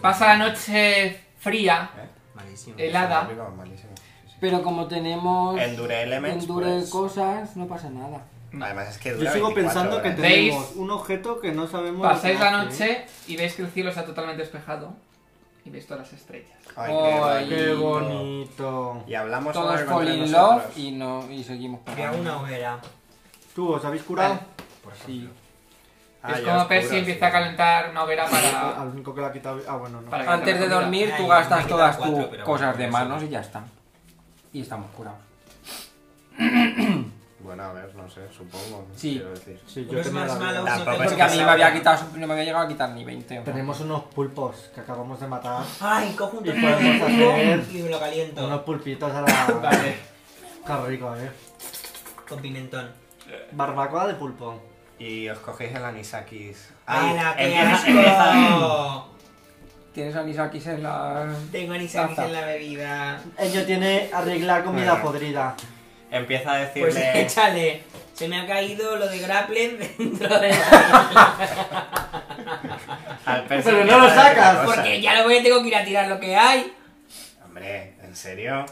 Pasa la noche fría, ¿Eh? Malísimo. helada. Eso es malísimo, sí, sí. Pero como tenemos Endure Elements, endure pues. cosas, no pasa nada. Además es que dura Mm. Yo 24 sigo pensando que horas. te- tenemos ¿Veis? un objeto que no sabemos. Ah, lo que Pasáis la hace. noche y veis que el cielo está totalmente despejado y veis todas las estrellas. Ay, Ay, Qué bonito. Y hablamos Todos ahora fall contra in nosotros. love y, no, y seguimos para Crea una hoguera. ¿Tú os habéis curado? Vale. Por ejemplo. Sí. Ah, es ya como oscuro, Percy sí. empieza a calentar una hoguera Ah, para... Al único que la ha quitado. Ah, bueno, no. para calentar Antes de la comida. dormir Ay, tú me gastas quedan todas cuatro, tus pero bueno, cosas de eso. manos y ya está. Y estamos curados. Bueno, a ver, no sé, supongo. Sí. Quiero decir. Sí, yo Uno es tenía más la malo. verdad. Tampoco otro es es Porque a mí más me había malo. quitado, no me había llegado a quitar ni 20. o sea. Tenemos unos pulpos que acabamos de matar. Ay, cojo un Y trozo de podemos pulpo hacer- y me lo caliento. Unos pulpitos a la. Vale. Qué rico, eh. Con pimentón. Barbacoa de pulpo. Y os cogéis el anisakis. ¡Ay, la que empieza- empieza- asco! Tienes anisakis en la... Tengo anisakis Taza. en la bebida. Ello tiene arreglar comida Bueno. podrida. Empieza a Pues decirle... échale. Se me ha caído lo de grappling dentro de la... al Percy Pero que no lo haga otra sacas, cosa. Eh, Porque ya lo voy a tengo que ir a tirar lo que hay. Hombre, ¿en serio?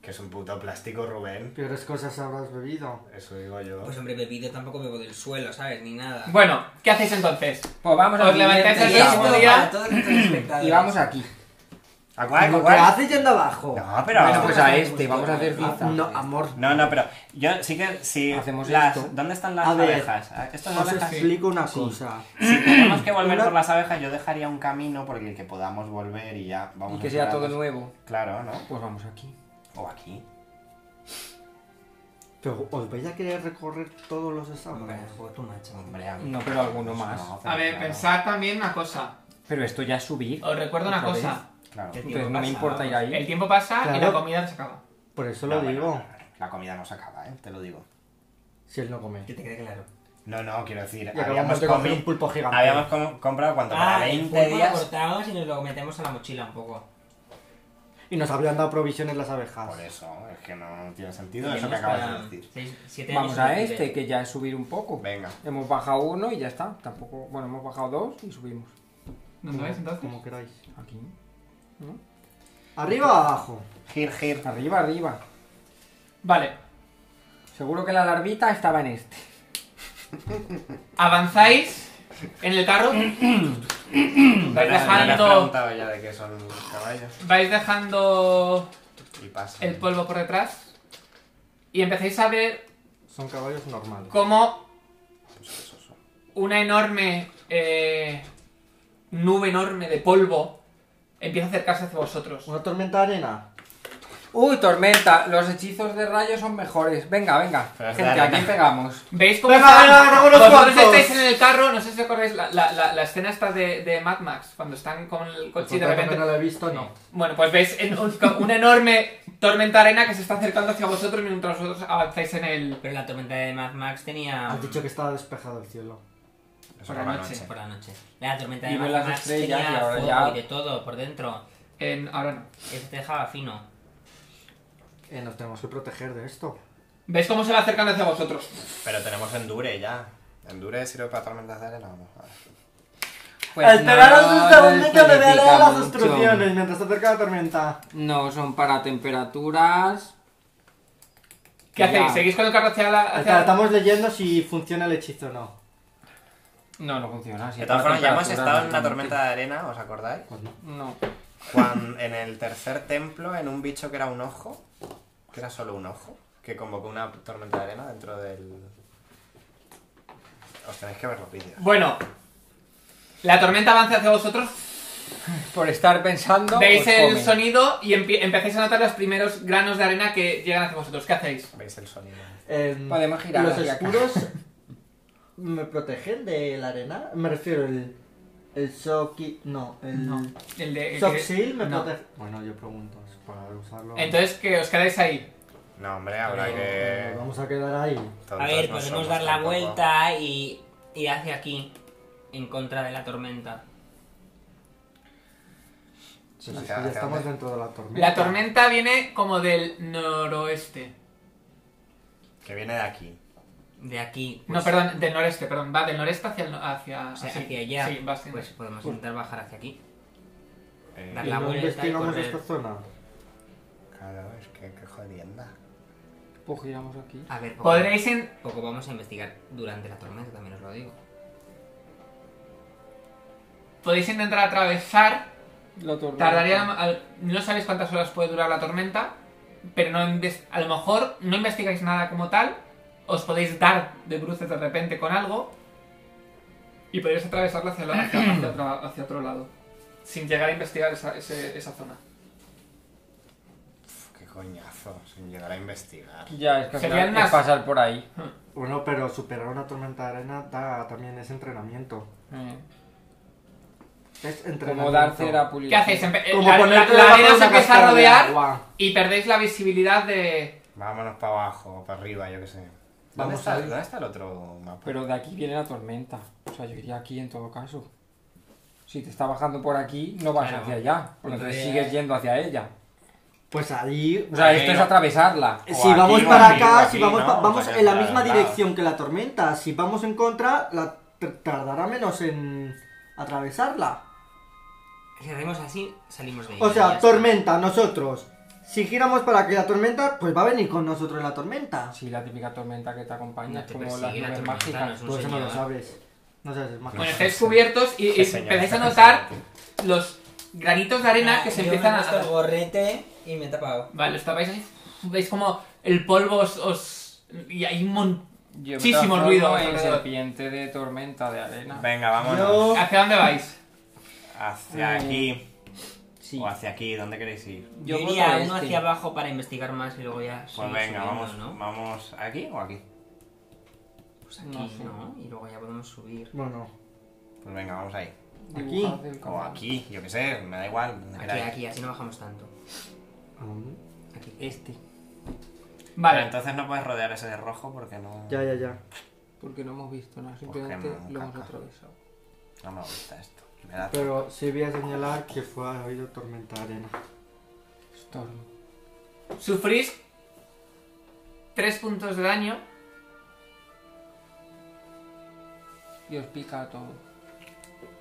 Que es un puto plástico, Rubén. Peores cosas habrás bebido. Eso digo yo. Pues hombre, bebido tampoco bebo del suelo, ¿sabes? Ni nada. Bueno, ¿qué hacéis entonces? Pues vamos a Os levantáis Y el esto sábado. sábado. para todos nuestros espectadores. Y vamos aquí. ¿A cuál? Lo ¿A que cuál? hace yendo abajo. No, pero... Bueno, pues a este, vamos a hacer Ah, pizza. No, amor. No, no, pero yo sí que si Hacemos las esto. ¿Dónde están las A ver, abejas? Ah, Estas Os abejas. explico una cosa. Si tenemos que volver Una- por las abejas, yo dejaría un camino por el que podamos volver y ya vamos Y que a sea esperar todo las- nuevo. Claro, ¿no? Pues vamos aquí. O aquí. Pero os vais a querer recorrer todos los establos. Hombre, juego tu macho. hombre. Hombre, No, pero alguno más. No, pero A ver, Ah, claro, pensad también una cosa. Pero esto ya es subir. Os recuerdo una Otra cosa. Claro. El Entonces no tiempo me pasa, importa ir El ahí. tiempo pasa y la Claro. comida se acaba. Por eso No, lo Ah, bueno, digo. no, no, la comida no se acaba, ¿eh? Te lo digo. Si él no come. Que te quede claro. No, no, quiero decir, Y acabamos habíamos, de comer comi- un pulpo gigante. habíamos com- comprado cuánto para Ah, el 20 pulpo días. lo cortamos y nos lo metemos a la mochila un poco. Y nos habían dado provisiones las abejas. Por eso, es que no tiene sentido eso que Tenemos acabas para de decir. seis- siete Vamos años a de este, nivel. que ya es subir un poco. Venga. Hemos bajado uno y ya está. Tampoco. Bueno, hemos bajado dos y subimos. ¿Dónde vais entonces? Como queráis. Aquí. ¿Arriba o abajo? Gir, gir. Arriba, arriba. Vale, Seguro que la larvita estaba en este. avanzáis en el carro. vais Me has dejando, preguntado ya de qué son los caballos. vais dejando Y pasa. el polvo por detrás y empezáis a ver Son caballos normales. cómo Pues eso son. una enorme eh, nube enorme de polvo empieza a acercarse hacia vosotros. ¿Una tormenta de arena? Uy, tormenta. Los hechizos de rayos son mejores. Venga, venga. Pero es de Gente, aquí arena. pegamos. ¿Veis cómo Venga, están- venga, venga, unos Vosotros cuantos. estáis en el carro, no sé si acordáis la, la- la- la escena esta de, de Mad Max, cuando están con el coche y Pues de Pues Tormenta repente... no la he visto, no. Bueno, pues veis en- un- una enorme tormenta de arena que se está acercando hacia vosotros mientras vosotros avanzáis en el... Pero la tormenta de Mad Max tenía. Has dicho que estaba despejado el cielo. Eso Por es la una noche. por la noche. La tormenta de Vivo en Mad las Max estrellas tenía y ahora fuego ya- y de todo por dentro. en- ahora no. Eso te dejaba fino. Eh, nos tenemos que proteger de esto. ¿Veis cómo se va acercando hacia vosotros? Pero tenemos Endure ya. Endure sirve para tormentas de arena. Vamos a ver. Pues Esperaros un segundito, te voy a leer las mucho. instrucciones mientras se acerca la tormenta. No son para temperaturas. ¿Qué hacéis? Ya. ¿Seguís con el carro hacia la...? hacia- Está- Estamos leyendo si funciona el hechizo o no. No, no funciona. si De es todas para formas, ya hemos temperaturas, estado en una no. tormenta de arena, ¿os acordáis? Pues no. No. Juan, en el tercer templo, en un bicho que era un ojo, que era solo un ojo, que convocó una tormenta de arena dentro del. Os tenéis que ver los vídeos. Bueno, la tormenta avanza hacia vosotros, Por estar pensando. veis pues, el comen. sonido y empie- empezáis a notar los primeros granos de arena que llegan hacia vosotros. ¿Qué hacéis? ¿Veis el sonido? Em, Podemos girar Los hacia acá. escuros me protegen de la arena. Me refiero el. El Shoki. No, el. El de... el Shock que- Seal me Eh, no. protege. Bueno, yo pregunto, es para usarlo. Entonces que os quedáis ahí. No, hombre, habrá Pero- que. Nos Eh, vamos a quedar ahí. Tontos eh, A ver, no podemos somos dar la tampoco. vuelta y ir hacia aquí. En contra de la tormenta. Sí, sí, Hacia- sí, ya hacia estamos dónde? dentro de la tormenta. La tormenta viene como del noroeste. Que viene de aquí. De aquí. No, pues, perdón, del noreste, perdón. Va del noreste hacia el no- hacia, O sea, así. hacia allá. Sí, va hacia- Pues podemos intentar bajar hacia aquí. Eh, Dale. Y La no vuelta y investigamos correr. esta zona. Claro, es que qué jodienda. Pues giramos aquí. A ver, poco, Podréis en... poco vamos a investigar durante la tormenta, también os lo digo. podéis intentar atravesar La tormenta. Tardaría, al- no sabéis cuántas horas puede durar la tormenta, pero no inves- a lo mejor no investigáis nada como tal, os podéis dar de bruces de repente con algo y podéis atravesarla hacia, la- hacia- hacia otra- hacia otro lado, sin llegar a investigar esa, ese- esa zona. Uf, qué coñazo, sin llegar a investigar. Ya, es que al Serían final es las- pasar por ahí. Bueno, pero superar una tormenta de arena da también es entrenamiento. Es entrenamiento. Como dar cera a pulir. ¿Qué hacéis? Empe- eh, Como la, la- ponerte la debajo arena de se una empieza a cascada de rodear agua. y perdéis la visibilidad de... Vámonos para abajo, para arriba, yo qué sé. ¿Dónde, Vamos está, a ver. ¿Dónde está el otro mapa? Pero de aquí viene la tormenta. O sea, yo iría aquí en todo caso. Si te está bajando por aquí, no vas Claro. hacia allá. Porque entonces Entonces- sigues yendo hacia ella. Pues ahí. eh, O sea, esto es atravesarla. O Si aquí, vamos o para aquí, o acá, aquí, si vamos, ¿no? pa- vamos Para en la allá, misma claro. dirección que la tormenta, si vamos en contra, la t- tardará menos en atravesarla. Si hacemos así, salimos de ahí. O Ya sea, está. tormenta, nosotros. Si giramos para que la tormenta, pues va a venir con nosotros la tormenta. Sí, la típica tormenta que te acompaña No es te como las persigue la nubes tormenta, no mágicas. es un Tú eso no lo señor. sabes. No sabes, es más. Bueno, estáis cubiertos y, y Qué señor, empezáis a qué notar señor. los granitos de arena que se empiezan a... gorrete y me he tapado. Vale, os tapáis ahí. Veis como el polvo os. os- y hay un mon... Yo me Muchísimo transformo ruido, en alrededor. serpiente de tormenta de arena. Venga, vámonos. Yo- ¿Hacia dónde vais? Hacia Mm. aquí. Sí. O hacia aquí, ¿dónde queréis ir? Yo, voto iría a uno este. hacia abajo para investigar más y luego ya. Pues seguimos venga, subiendo, vamos, ¿no? vamos aquí o aquí. Pues aquí, No sé. ¿no? Y luego ya podemos subir. Bueno, Pues venga, vamos ahí. Aquí. Dibujad el O camino. aquí, yo qué sé, me da igual. donde Aquí, queráis. aquí, así no bajamos tanto. Aquí. Este. Pero Vale, entonces no puedes rodear ese de rojo porque no, ya, ya, ya. Porque no hemos visto nada, Pues simplemente que lo hemos caca. atravesado. no me gusta esto. Me da- Pero sí voy a señalar que fue ha habido tormenta de arena. Storm. sufrís 3 puntos de daño. Y os pica a todos.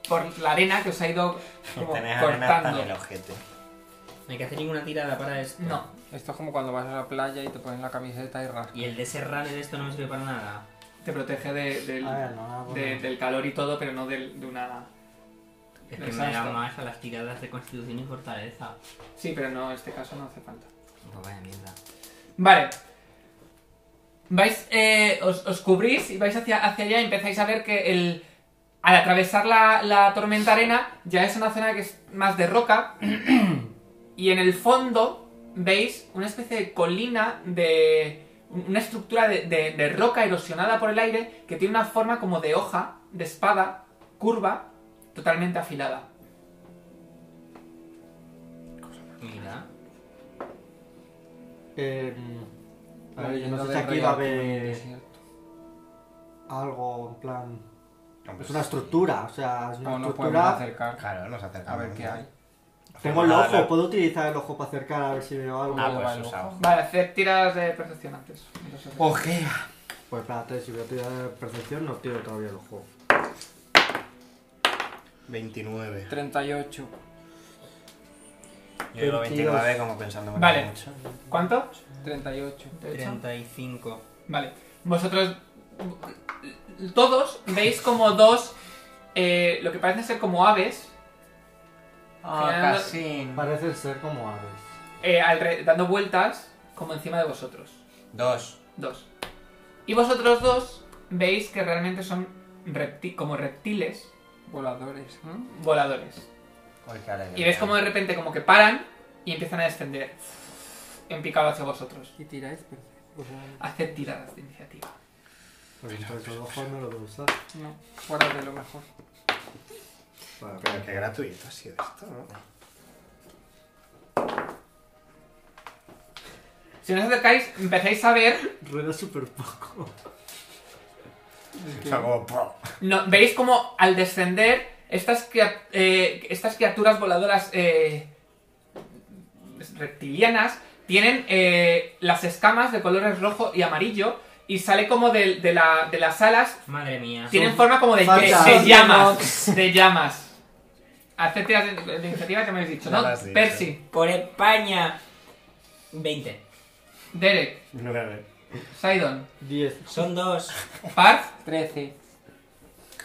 Por la arena que os ha ido como Tenés arena hasta en el cortando. ojete. No hay que hacer ninguna tirada para esto. No, Esto es como cuando vas a la playa y te ponen la camiseta y rascas. Y el de ese runner esto no me sirve para nada. te protege de- del, A Ah, ver, no, Ah, bueno. de- del calor y todo, pero no del- de una. Es que me Exacto. da más a las tiradas de constitución y fortaleza. Sí, pero no, en este caso no hace falta. Pues vaya mierda. Vale. Vais, eh, os, os cubrís y vais hacia, hacia allá y empezáis a ver que el, al atravesar la, la tormenta arena ya es una zona que es más de roca y en el fondo veis una especie de colina de... una estructura de, de- de roca erosionada por el aire que tiene una forma como de hoja, de espada, curva, totalmente afilada. Mira. Eh, a ver, yo Leyenda no sé si del aquí rey va a Arturo en el haber desierto. algo en plan. Hombre, Es una sí. estructura, o sea, es una No nos podemos estructura. acercar. Claro, nos A acercamos. ver qué hay. Tengo el ojo, puedo utilizar el ojo para acercar a ver si veo algo. Ah, Luego va pues el usa ojo. ojo. Oh. Vale, hacer tiras de percepción antes. Entonces, Ojea. Pues espérate, si voy a tirar percepción, no tiro todavía el ojo. 29. 38. Yo digo 29 como pensando que no Vale. es mucho. ¿Cuánto? 38. De hecho. 35. Vale. Vosotros todos veis como dos, eh, lo que parecen ser como aves, Ah, Generando- casi. Parece ser como aves. eh, alre- dando vueltas como encima de vosotros. Dos. Dos. Y vosotros dos veis que realmente son repti- como reptiles Voladores. ¿eh? voladores. Uy, qué alegría. Y veis como de repente como que paran y empiezan a descender en picado hacia vosotros. Y tiráis perfecto. O sea, Haced tiradas de iniciativa. Pues entonces el ojo no lo voy a usar. no. Fuera de lo mejor. Para- Pero qué gratuito ha sido esto, ¿no? Si os acercáis, empezáis a ver Rueda súper poco. O sea, como... ¡pum! No, Veis como al descender estas, cria- eh, estas criaturas voladoras eh, reptilianas tienen eh, las escamas de colores rojo y amarillo y sale como de, de la- de las alas, Madre mía. tienen forma como de, Falta. de llamas. De llamas. Hacer tiras de, de iniciativa que me habéis dicho, Ya ¿no? lo has dicho. Percy, Por España. 20. Derek, Nueve. Sidon, 10. Son dos. Parth. 13.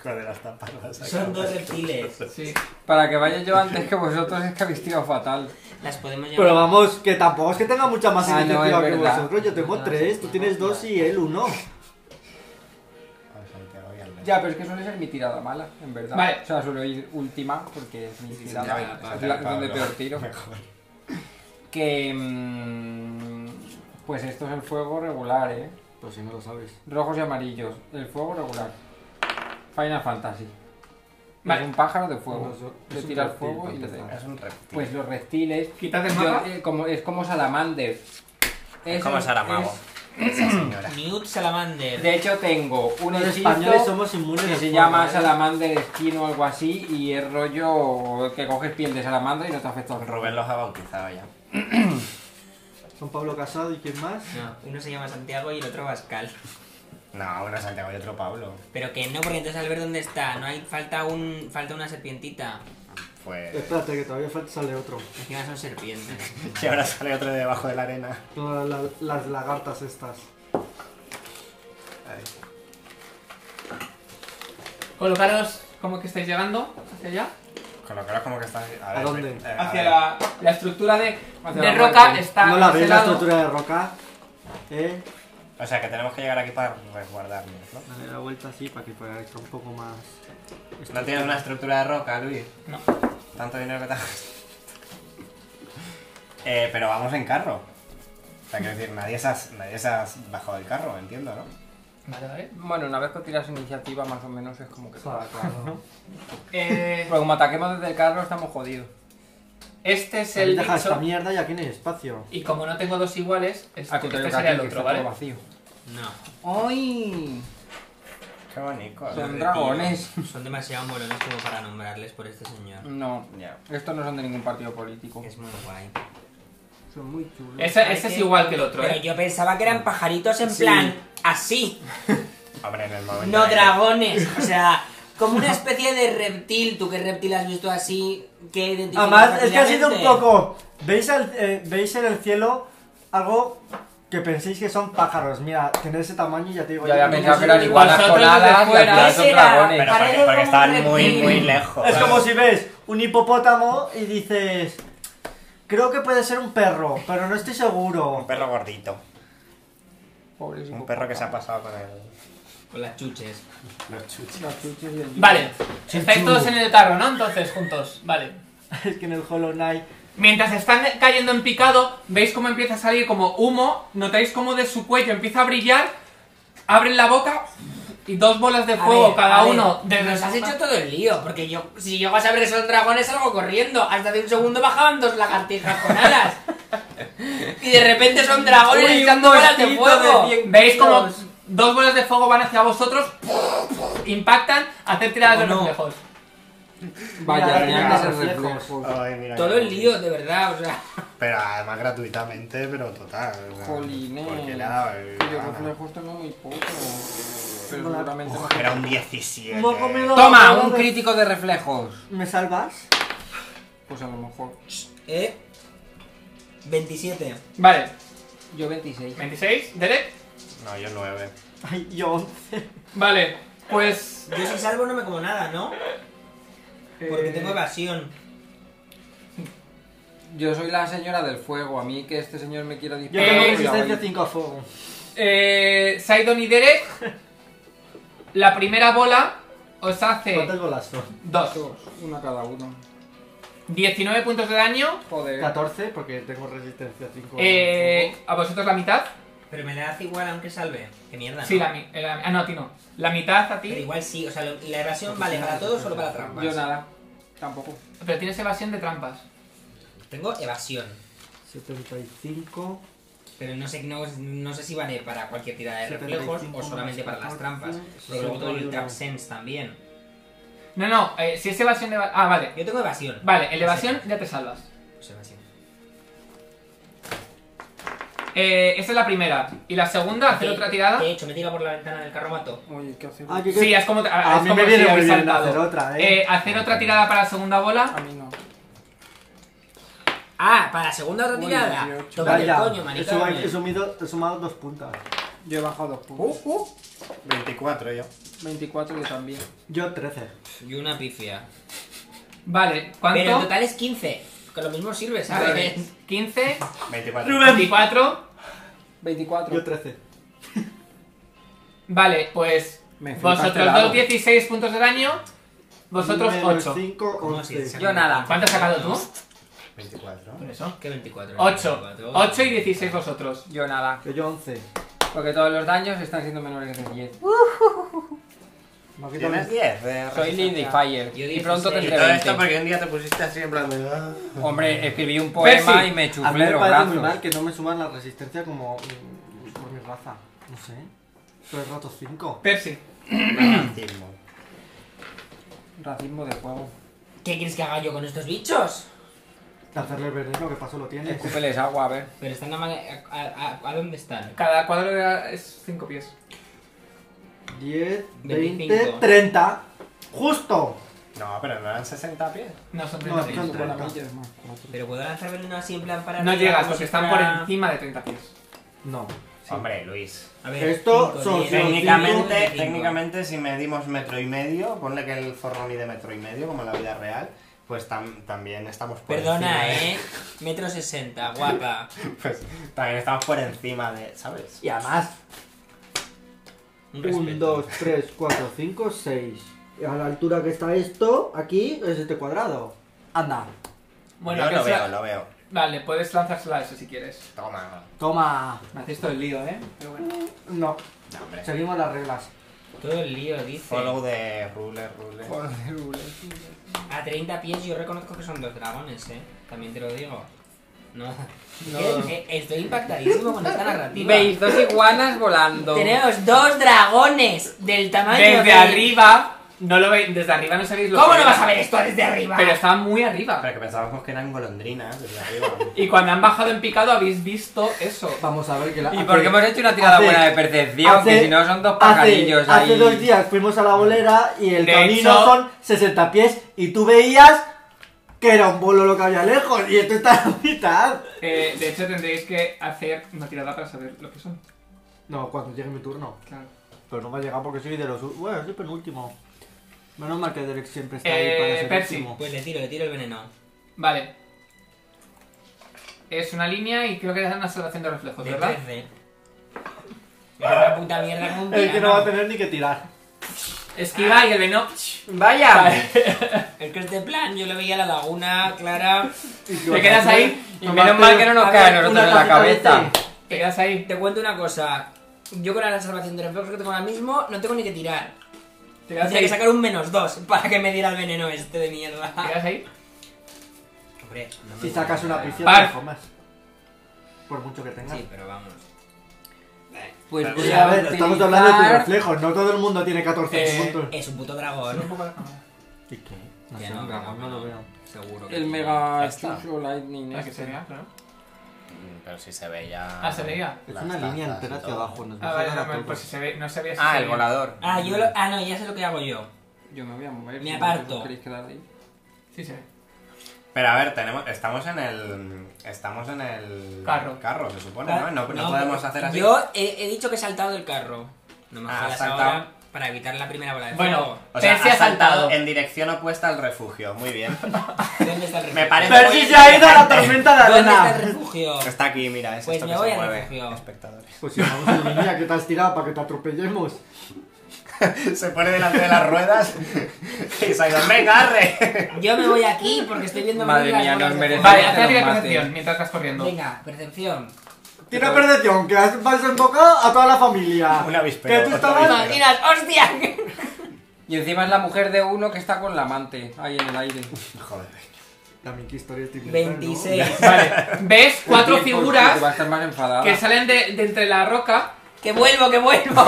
Joder, hasta palmas. Son dos reptiles. Sí. Para que vaya yo antes que vosotros es que habéis tirado fatal. Las podemos llamar. Pero vamos, que tampoco es que tenga mucha más Ah, no, iniciativa es que verdad. vosotros. Yo tengo No, tres, tú tienes dos y él uno. Ya, pero es que suele ser mi tirada mala, en verdad. Vale. O sea, suelo ir última porque es mi Ya, tirada ya, es la- donde peor tiro. Mejor. Que. mm, pues esto es el fuego regular, ¿eh? Pues si no lo sabes. Rojos y amarillos. El fuego regular. Final Fantasy. Vale. Es un pájaro de No, fuego. eso- Le es un tiras reptil, fuego para y le empezar. Es un reptil. Pues los reptiles. Quitad el yo, mapa. eh, como, es como Salamander. Es como un- Saramago. Esa señora. Newt Salamander. es- de hecho, tengo un Los hechizo españoles somos inmunes. que al se fuego, llama ¿eh? Salamander Skin o algo así. Y es rollo que coges piel de salamandra y no te afecta el Rubén los ha bautizado ya. Son Pablo Casado y quién más. No, uno se llama Santiago y el otro Pascal. No, uno es Santiago y otro Pablo. Pero que no, porque entonces al ver dónde está, no hay falta un falta una serpientita. Pues. Espérate, que todavía falta sale otro. Encima son serpientes. Y ahora sale otro de debajo de la arena. La- la- las lagartas estas. Ay. Colocaros como que estáis llegando hacia allá. Colocaros como que estás. ¿A dónde? eh, Hacia la, la estructura de, de la roca muerte. está. ¿No la en ese ves la lado. estructura de roca? ¿Eh? O sea que tenemos que llegar aquí para resguardarnos, ¿no? Dale la vuelta así para que parezca un poco más. No tienes una estructura de roca, Luis. No. Tanto dinero que te has eh, Pero vamos en carro. O sea, quiero decir, nadie se has- nadie se has bajado del carro, entiendo, ¿no? Vale, vale. Bueno, una vez que tiras iniciativa, más o menos es como que. Ah, claro. Eh, Pero como ataquemos desde el carro, estamos jodidos. este es Ahí el Deja esta bicho. mierda y aquí no hay espacio. Y como no tengo dos iguales, este, Al contrario este Ah, que sería aquí, el que otro, está ¿vale? todo vacío. No. ¡Ay! Qué bonito. Son ¿no? dragones. Son demasiado molones como para nombrarles por este señor. No, Ya. estos no son de ningún partido político. Es muy guay. Son muy chulos. Ese, ese es igual que el otro, Pero ¿eh? yo pensaba que eran pajaritos en Ah. Sí. plan así, Hombre, en el momento. no en que- dragones. O sea, como una especie de reptil. ¿Tú qué reptil has visto así que identificas Además, es que ha sido un fácilmente? poco. ¿Veis, al- eh, ¿Veis en el cielo algo que penséis que son pájaros? Mira, tiene ese tamaño y ya te digo. Yo yo había no pensado sé que eran ni- iguanas Vosotros con desde alas y al fuera. final son Ese era- dragones. Pero Parece porque, porque como un estaban muy, reptil. muy lejos. Es como si ves un hipopótamo y dices. Creo que puede ser un perro, pero no estoy seguro. Un perro gordito. Pobres Un perro que se ha pasado con el. Con las chuches. Los chuches. Los chuches y el- Vale. Estáis todos en el carro, ¿no? Entonces, juntos. Vale. Es que en el Hollow Knight. Mientras están cayendo en picado, veis cómo empieza a salir como humo, notáis cómo de su cuello empieza a brillar, abren la boca y dos bolas de A fuego ver, cada a ver, uno. desde Nos su- has hecho todo el lío, porque yo, si yo vas a ver esos dragones, salgo corriendo. Hasta hace un segundo bajaban dos lagartijas con alas. y de repente son dragones Uy, un echando bolas de mosquito de fuego. cien- Veis como Dios. dos bolas de fuego van hacia vosotros, impactan, hacer tiradas de Oh, no. reflejos. Vaya, Mira, tenían que mira, ser reflejos. reflejos. Ay, mira, Todo qué el lío, de verdad, o sea. Pero además gratuitamente, pero total. o sea, Jolines. Porque eh, le ha dado el- Que yo gana. reflejos tengo muy poco. Pero Hola. seguramente no. Uf, era un 17. No he comido- ¡Toma! ¡Un crítico de reflejos! ¿Me salvas? Pues a lo mejor. ¿Eh? 27. Vale. Yo 26. 26, Derek. No, yo 9. Ay, yo. Vale. Pues Yo si salvo no me como nada, ¿no? Porque Eh, tengo evasión. Yo soy la señora del fuego. A mí que este señor me quiera Yo disparar. Eh, tengo voy a resistencia oír. 5 a fuego. Eh, Saidon y Derek, la primera bola os ¿Cuántas hace bolas son? 2. Dos, una cada uno. 19 puntos de daño, Joder. 14 porque tengo resistencia 5 eh, a vosotros la mitad. Pero me la hace igual aunque salve. Qué mierda. Sí, ¿no? la, mi- eh, la- Ah, no, a ti no. La mitad a Pero ti, igual sí, o sea, lo- la evasión vale para todo solo para trampas. Yo nada. Tampoco. pero tienes evasión de trampas. Tengo evasión. 75. Pero no sé, no, no sé si vale para cualquier tirada de reflejos 75 o solamente para las más trampas. 14, Porque luego tengo el 61. trap sense también. No, no, eh, si es evasión de... Ah, vale. Yo tengo evasión. Vale, el evasión ya te salvas. Pues evasión. Eh, esa es la primera. Y la segunda, hacer De- otra tirada. De hecho, me tira por la ventana del carromato. Oye, ¿qué hacemos? Ah, yo creo- Sí, es como. A es mí como me si viene muy habéis bien saltado. hacer otra, ¿eh? Eh, hacer otra tirada para la segunda bola. A mí no. Ah, para la segunda otra Uy, tirada. 18. Tómate el Vaya, coño, he, maricón. suma- he sumido- he sumado dos puntos. Yo he bajado dos puntos. Uh, uh. 24 yo. 24 yo también. Yo 13. Y una pifia. Vale, ¿cuánto? Pero en total es 15. Que lo mismo sirve, ¿sabes? 15, 24. 24. 24. Yo 13. Vale, pues. Me flipas Vosotros pelado. dos, 16 puntos de daño. Vosotros 8. 5, ¿Cómo así? 11. Yo nada. ¿Cuánto has sacado tú? 24. Por eso. ¿Qué 24? 8. 8 y 16 vosotros. Yo nada. Yo 11. Porque todos los daños están siendo menores de 10. Uh. Me ha quitado Tienes 10 de Soy resistencia. Lindy Fire. Yo Y pronto 16. Y tendré todo esto 20. porque un día te pusiste así en plan de. "Ah". Hombre, escribí un poema Percy, y me A mí chuflé me los parece muy brazos. mal que no me suman la resistencia como mm, por mi raza. No sé. Pero he roto 5. Percy. Racismo. Racismo de juego. ¿Qué quieres que haga yo con estos bichos? Hacerle veneno, que paso lo tienes. Escúpeles agua, a ver. Pero están a, ma- a, a- a dónde están? Cada cuadro era- es 5 pies. 10, 20, 25. 30. ¡Justo! No, pero no eran 60 pies. No son No, 30 son pies. tres. Bueno, a mí ya es más cuatro. Pero puedo lanzar veneno así en plan para. No arriba, llegas como si porque están por fuera- encima de 30 pies. No. Hombre, Luis. A ver, Esto cinco, son diez, Técnicamente, veinticinco. técnicamente, si medimos metro y medio, ponle que el forro mide metro y medio, como en la vida real, pues tam- también estamos por encima Perdona, de- eh. Metro sesenta, guapa. Pues también estamos por encima de, ¿sabes? Y además, Un 1, respeto. 2, 3, 4, 5, 6. A la altura que está esto, aquí es este cuadrado. Anda. Bueno, Yo que lo sea- veo, lo veo. Vale, puedes lanzársela a eso si quieres. Toma. Toma. Me hacéis todo el lío, ¿eh? Pero bueno. No, No, hombre. seguimos las reglas. Todo el lío, dice. Follow de ruler, ruler. A 30 pies yo reconozco que son dos dragones, eh. También te lo digo. No. Eh, eh, Estoy impactadísimo con esta narrativa. Veis dos iguanas volando. Tenemos dos dragones del tamaño Desde de- arriba. No lo veis. Desde arriba no sabéis lo ¿Cómo que no era. vas a ver esto desde arriba? Pero estaba muy arriba. Pero que pensábamos que eran golondrinas desde arriba. Y cuando han bajado en picado habéis visto eso. Vamos a ver que la. Y porque hemos hecho una tirada hace- buena de percepción, que si no son dos pajarillos hace, hace ahí. dos días fuimos a la bolera y el De camino hecho- son 60 pies y tú veías que era un bolo lo que había lejos y esto está a la mitad. Eh, de hecho tendréis que hacer una tirada para saber lo que son. No, cuando llegue mi turno. Claro. Pero no me ha llegado porque soy de los... u- Bueno, soy penúltimo. Menos mal que Derek siempre está Eh, ahí para ser Percy. último. Pues le tiro, le tiro el veneno. Vale. Es una línea y creo que es una salvación de reflejos, De ¿verdad? 13. Es una puta mierda como un El que no va a piano. tener ni que tirar. Esquiva y el veneno. ¡Vaya! Es que este plan yo le veía la laguna clara. Te quedas ahí. Y menos mal que no nos cae a nosotros en la este. cabeza. Te quedas ahí. Te cuento una cosa. Yo con la salvación de reflejos que tengo ahora mismo no tengo ni que tirar. Te quedas Tendría que ahí. sacar un menos 2 para que me diera el veneno este de mierda. Te quedas ahí. Hombre, no me Si gusta sacas una nada. piscina, Par. te lo comes. Por mucho que tengas. Sí, pero vamos. Pues Pero voy Sí, a ver, utilizar- estamos hablando de tus reflejos, no todo el mundo tiene 14 Eh, puntos. Es un puto dragón. ¿Y qué? No Que sé, no, un dragón que no no. lo veo. este. Seguro que El sí. mega está. chucho lightning. Ah, que este. se vea, claro. Pero si se veía. Ah, se veía. Es las una línea tazas y entera hacia todo. abajo, nos va Ah, a vale, jalar a no, pues todos. si se ve, no sabía si Ah, se el veía. volador. Ah, yo lo- ah, no, ya sé lo que hago yo. Yo me voy a mover. Me si aparto. os queréis quedar ahí. Sí, se ve. Pero a ver, tenemos, estamos en el. Estamos en el. Carro. se supone, ¿no? No, no podemos hacer así. Ah, Yo he, he dicho que he saltado del carro. No me Ah, jodas has saltado. ahora para evitar la primera bola de Bueno, fuego. O sea, Percy ha ha saltado. saltado en dirección opuesta al refugio. Muy bien. ¿Dónde está el refugio? Me parece- Percy se ha ido a la tormenta de ¿Dónde está arena. el refugio? Está aquí, mira, es Pues esto me que voy se al mueve. refugio. Espectadores. Pues si vamos en línea, que te has tirado para que te atropellemos. Se pone delante de las ruedas y se ha ido, ¡Venga, arre! Yo me voy aquí porque estoy viendo Madre venir las mía, bolas nos de fuego. Vale, haz merecemos. la Que tira lo de maten. percepción mientras vas corriendo. Venga, percepción. Tiene percepción, que has vas embocado a toda la familia. Un avispero, Que otro tú estabas... avispero. Imaginas, hostia. Y encima es la mujer de uno que está con la amante ahí en el aire. Joder. También qué historia estoy inventando. 26. Vale, ves cuatro Bien, porque Va a figuras estar más enfadada. que salen de, de entre la roca. Que vuelvo, que vuelvo.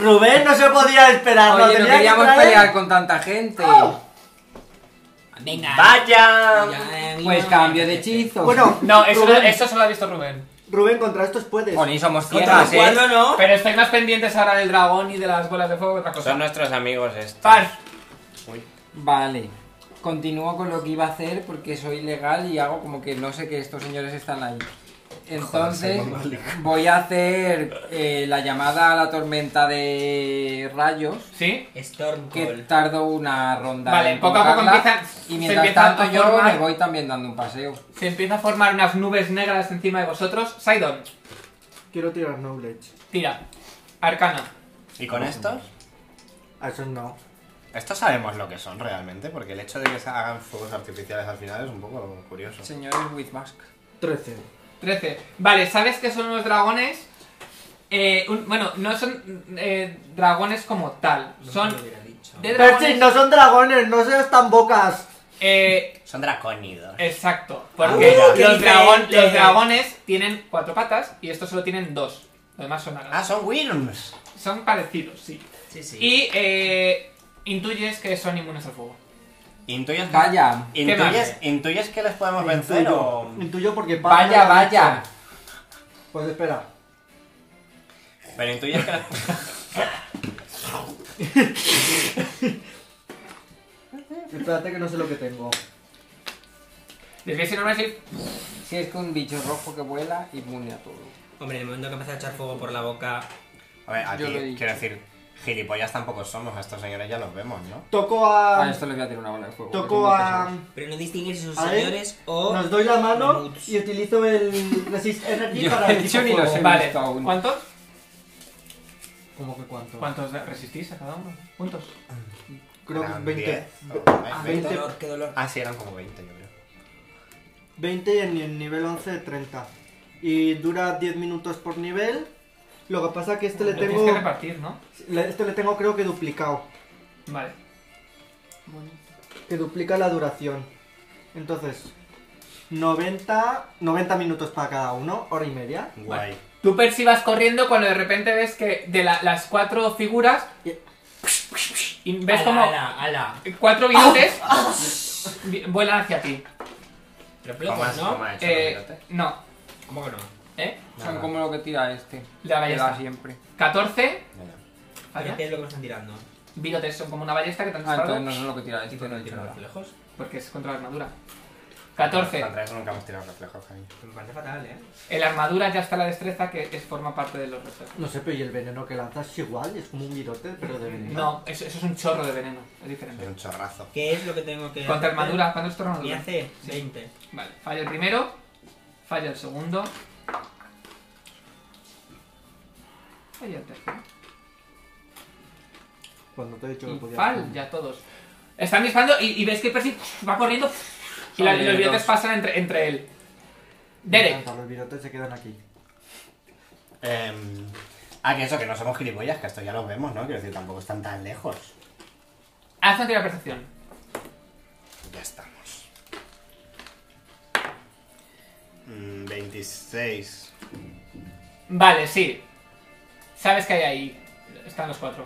Rubén no se podía esperar, lo Oye, no tenía que queríamos traer. pelear con tanta gente. Venga. ¡Vaya! Ya, eh, Pues no, cambio de eh, hechizo. Bueno, No, eso, Rubén, eso solo lo ha visto Rubén. Rubén, contra estos puedes. Oni, somos Contra ciegas, ¿eh? el cuadro, ¿no? Pero estáis más pendientes ahora del dragón y de las bolas de fuego que otra cosa. Son nuestros amigos estos. eh. Par. Uy. ¿eh? Vale. Continúo con lo que iba a hacer porque soy legal y hago como que no sé que estos señores están ahí. Entonces Joder, soy voy a hacer eh, la llamada a la tormenta de rayos ¿Sí? Storm que Call. tardo una ronda. Vale, en poco a poco invocarla, empieza- y se mientras empieza a tanto yo formar. me voy también dando un paseo. Se empieza a formar unas nubes negras encima de vosotros. Sidon, Quiero tirar knowledge. tira. Arcana. ¿Y con estos? A esos no. Estos sabemos lo que son realmente, porque el hecho de que se hagan fuegos artificiales al final es un poco curioso. Señores with mask. 13. 13. Vale, sabes que son unos dragones. Eh, un- bueno, no son eh, dragones como tal. Son Lo hubiera dicho. de Percy, dragones. no son dragones, no seas tan bocas. eh, Son dracónidos. exacto. Porque Ah, qué los, dragón- diferente. los dragones tienen cuatro patas y estos solo tienen dos. Los demás son alas. Ah, son Wyrms. Son parecidos, sí. Sí, sí. Y eh, intuyes que son inmunes al fuego. ¿Intuyes que, Vaya. ¿intuyes, más? ¿Intuyes que les podemos vencer o...? Intuyo porque Pablo Vaya, lo ha dicho. vaya. Pues espera. Pero intuyes que les... Espérate que no sé lo que tengo. Desviación normal sí. Si es que un bicho rojo que vuela inmune a todo. Hombre, en el momento que empieza a echar fuego por la boca. A ver, Yo lo he aquí, dicho. quiero decir, gilipollas tampoco somos, a estos señores ya los vemos, ¿no? Toco A a. Ah, esto le voy a tirar una bola de fuego. que Toco tengo Ah, a. pesos. Pero no distinguir si son A ver, señores o. Nos doy la mano Menuts. y utilizo el Resist Energy Yo- para el tipo yo ni lo fuego. sé. Vale. visto aún. ¿Cuántos? ¿Cómo que cuánto? ¿Cuántos de- resistís a cada uno? ¿Puntos? Creo que Eran 20. 10 o- ay, ah, Qué 20. dolor, qué dolor. Ah, sí, eran como 20, yo creo. 20 y en el nivel 11, 30. Y dura 10 minutos por nivel. Lo que pasa que este le Lo Tienes que tengo. repartir, ¿no? le- Este le tengo creo que duplicado. Vale. que duplica la duración. Entonces, 90, 90 minutos para cada uno, hora y media. Guay. Tú Percy vas corriendo cuando de repente ves que de la- las cuatro figuras y ves Ala, como Ala, ala. cuatro bigotes Ah. vi- vuelan hacia ti. ¿Cómo Reflejos, has, ¿no? cómo has hecho Eh, los bigotes? no, ¿Cómo que no? ¿eh? Son Nada. como lo que tira este. La Que da ballesta. siempre. 14. Mira. falla. ¿Qué es lo que me están tirando? Bigotes son como una ballesta que te han Ah, disparado entonces no sé lo que tira ¿Y este. por qué No no he hecho tiran nada. reflejos? porque es contra la armadura. 14. Contra eso nunca hemos tirado reflejos, cariño. Me parece fatal, ¿eh? En la armadura ya está la destreza que es, forma parte de los reflejos. No sé, pero y el veneno que lanzas es igual, es como un virote, pero de veneno. No, eso, eso es un chorro de veneno. Es Es diferente. un chorrazo. ¿Qué es lo que tengo que. Contra hacer? armadura, ¿cuándo es tu Me armadura? hace 20. Vale, falla el primero, falla el segundo, falla el tercero. Cuando Pues te he dicho que Y podía. falla todos. Están disparando y, y ves que Percy va corriendo y la- y los Vale, billetes dos. pasan entre, entre él. Me Derek, encanta, Los virotes se quedan aquí. Em, ah, que eso, que no somos gilipollas, que esto ya los vemos, ¿no? Quiero decir, tampoco están tan lejos. haz una tira de percepción. Ya estamos. Mm, 26. Vale, sí. Sabes que hay ahí. Están los cuatro.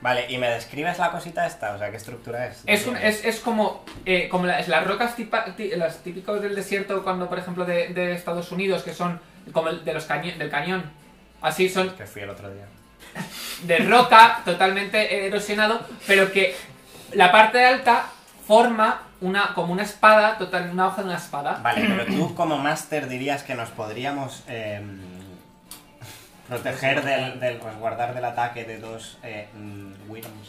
Vale, ¿y me describes la cosita esta? O sea, ¿qué estructura es? Es, un- es, es como, eh, como las, las rocas tipa- ti- las típicas del desierto cuando, por ejemplo, de, de Estados Unidos, que son como el de los caño- del cañón. Así son Que fui el otro día. de roca totalmente erosionado, pero que la parte alta forma una como una espada, total, una hoja de una espada. Vale, pero tú como máster dirías que nos podríamos em, proteger del, del resguardar del ataque de dos eh, mm, Wyrms.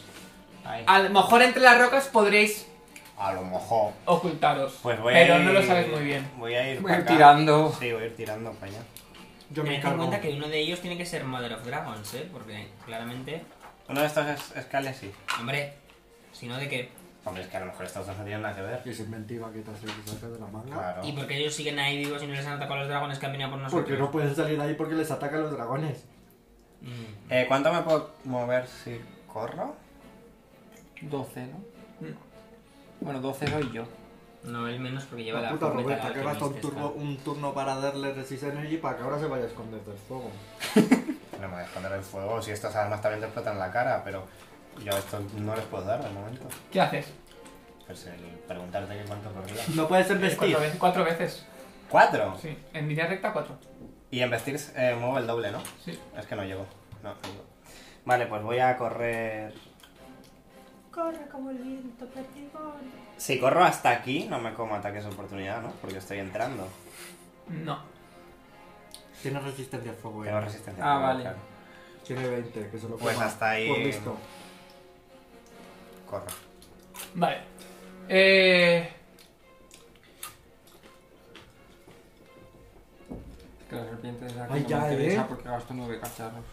Ah, Ay. A lo mejor entre las rocas podréis A lo mejor. ocultaros, Pues voy pero a ir, no lo sabes muy bien. Voy a ir, Voy pa' a ir acá. tirando. Sí, voy a ir tirando para allá. Yo me Tened en encargo. cuenta que uno de ellos tiene que ser Mother of Dragons, ¿eh? Porque claramente. Uno de estos es, es Kale, sí. Hombre, si no de qué. Hombre, es que a lo mejor estos dos no tienen nada que ver. Que es inventiva que te has sacas de la manga. Claro. ¿Y por qué ellos siguen ahí vivos y no les han atacado los dragones que han venido por nosotros? Porque no pueden salir ahí porque les atacan los dragones. Mm. Eh, ¿Cuánto me puedo mover si corro? 12, ¿no? Bueno, 12 soy yo. No, él menos porque lleva La la. puta corneta Roberta, de que gasta un, alquimista turno- un turno para darle Resist Energy para que ahora se vaya a esconder del fuego. No me voy a esconder el fuego. Si estas armas también te explotan la cara, pero yo a estos no les puedo dar de momento. ¿Qué haces? esta. Pues el preguntarte que cuánto corría. No puedes Eh, embestir. Cuatro veces, cuatro veces. ¡Cuatro! Sí, en línea recta cuatro. Y en vestir eh, muevo el doble, ¿no? Sí. Es que no llego. No, no llego. Vale, pues voy a correr. Corre como el viento, perdigón. Si corro hasta aquí, no me como ataques de oportunidad, ¿no? Porque estoy entrando. No. Tiene resistencia al fuego. eh. Tengo resistencia. Ah, al fuego, vale. claro. Tiene 20, que se lo Pues coma. hasta ahí- Por listo. Corro. Vale. Eh, Que la serpiente es la que Ay, no ya, me ¿eh? interesa porque gasto nueve cacharros.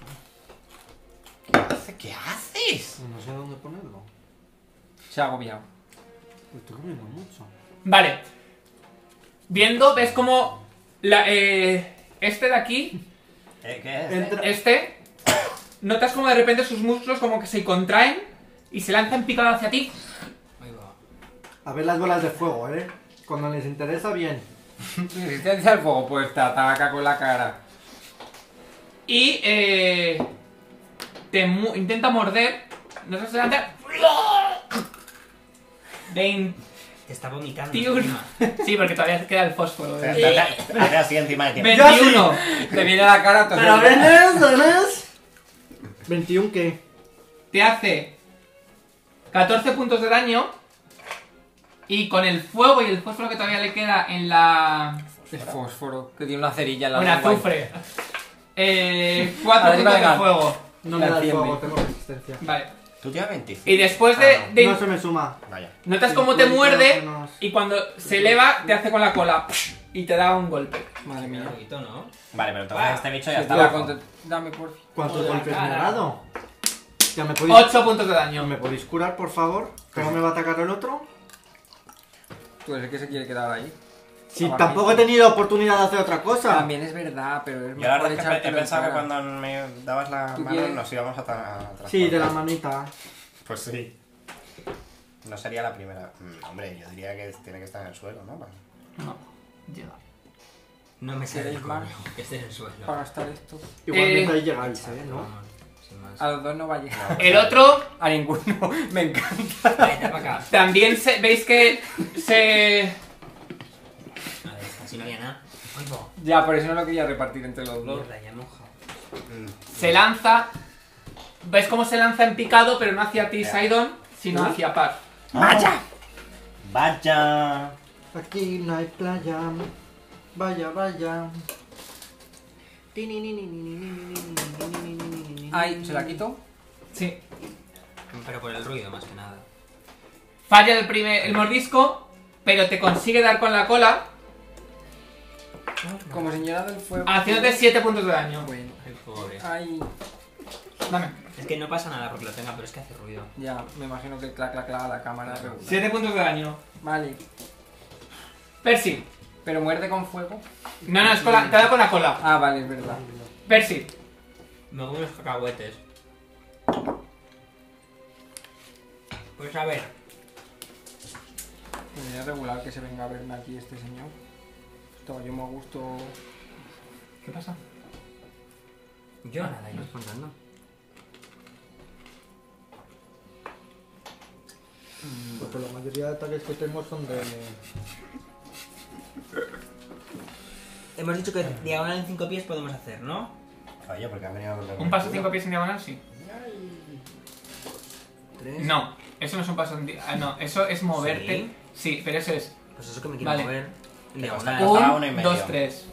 ¿Qué haces? Pues No sé dónde ponerlo. Pues Se ha agobiado. Mm. Estoy comiendo mucho. Vale. Viendo, ves como la, eh, este de aquí, Eh, ¿Qué es? Entra. este, notas como de repente sus músculos como que se contraen y se lanzan picado hacia ti. Ahí va. A ver las bolas de fuego, eh. Cuando les interesa, bien. Resistencia al fuego, pues te ataca con la cara. Y eh, te mu- intenta morder. No sé si se lanza. Veintiuno. Te está vomitando. encima. Sí, porque todavía queda el fósforo. Te- ¿eh? te- te- te hace así encima de ti. 21. Te viene la cara todo. Pero venes, venes. 21 qué? Te hace 14 puntos de daño. Y con el fuego y el fósforo que todavía le queda en la. El fósforo, que tiene una cerilla en la Un lengua. azufre. Eh, 4 Ahora puntos de venga. fuego. No me La da el enciende. fuego, tengo resistencia. Vale. Tú tienes 25. Y después de. Ah, de- No se me suma. Vaya. Notas cómo te Cincuenta muerde. menos- Y cuando se eleva, te hace con la cola. Y te da un golpe. Madre Un mía. poquito, ¿no? Vale, pero entonces Ah, este bicho ya Se está. te la abajo. contra- Dame por fin. ¿Cuántos Joder, golpes me ha cara. dado? Ya me podéis. 8 puntos de daño. ¿Me podéis curar, por favor? ¿Que no me va a atacar el otro? Tú eres el que se quiere quedar ahí. Si Abajito. tampoco he tenido oportunidad de hacer otra cosa. También es verdad, pero es Yo la mejor verdad es que echarte pe- he pensado que cara. cuando me dabas la ¿Tú mano quieres? nos íbamos a, tra- a Sí, de la transportar. manita. Eh. Pues sí. No sería la primera. Mm, hombre, yo diría que tiene que estar en el suelo, ¿no? Para- No. Llega. No me sale el ¿Queréis más? coño, que esté en el suelo. Para gastar esto. Igualmente Eh, ahí llegáis, ¿eh? ¿No? Vamos, sin más. A los dos no va a llegar. El otro A ninguno. Me encanta. Vete pa' acá. también se, veis que se. A ver, casi no había nada. Ay, va. Ya, por eso no lo quería repartir entre los dos. Mierda, ya moja. Mm. se lanza. ¿Ves cómo se lanza en picado, pero no hacia ti, Sidon, sino hacia Par? ¡Vaya! ¡Vaya! Aquí no hay playa. Vaya, vaya. Ay, ¿se la quito? Sí. Pero por el ruido, más que nada. Falla el, primer, el mordisco, pero te consigue dar con la cola, Como señora del fuego. haciéndote 7 puntos de daño. Bueno. El pobre. Ay, Dame. Es que no pasa nada porque lo tenga, pero es que hace ruido. ya, me imagino que clac, clac, clac a la cámara. regular. 7 puntos de daño. Vale. Percy. Pero muerde con fuego. No, no, es cola, te da con la cola. Ah, vale, es verdad. Percy. Me como unos cacahuetes. Pues a ver, Sería regular que se venga a verme aquí este señor. Esto, yo me gusto. ¿Qué pasa? yo nada, yo contando. Porque la mayoría de ataques que tengo son de. Hemos dicho que diagonal en 5 pies podemos hacer, ¿no? Oye, porque ha venido ¿Un paso 5 pies en diagonal? Sí. Tres. No, eso no es un paso en di- ah, No, eso es moverte. Sí, Ah, pero eso es Pues eso que me quiero Vale. mover. En Te costa- diagonal. costaba Un, uno y medio. dos, tres.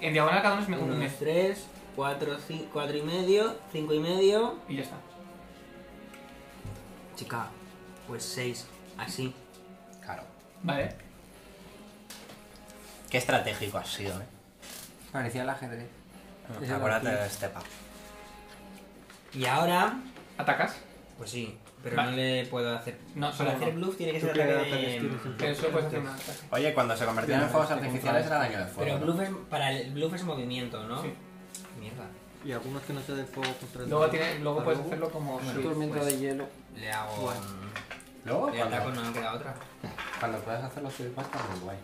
En diagonal cada uno es me- un Uno, mes. dos, tres, cuatro, ci- cuatro y medio, cinco y medio. Y ya está. Chica, pues seis. Así. Claro. Vale. Qué estratégico has sido, ¿eh? Parecía el ajedrez. Ese Acuérdate vacío. de Estepa. Y ahora, ¿Atacas? pues sí, pero Vale. no le puedo hacer. No, solo Para hacer uno. bluff tiene que Tú ser que ataque ataques de- mm, tienes en Pero solo puedes hacer un ataque. Oye, cuando se convertían en Pero fuegos este artificiales era control- daño de fuego. Pero ¿no? bluff es, para el bluff es movimiento, ¿no? Sí. Mierda. Y algunos que no se den fuego contra el. Luego, tiene, luego ¿Para puedes hacerlo como. Un tormento pues. de hielo. Le hago. Guay. mm, Luego, Oh, Le ataco, cuando, no me queda otra. cuando puedes hacerlo subir más, está muy guay.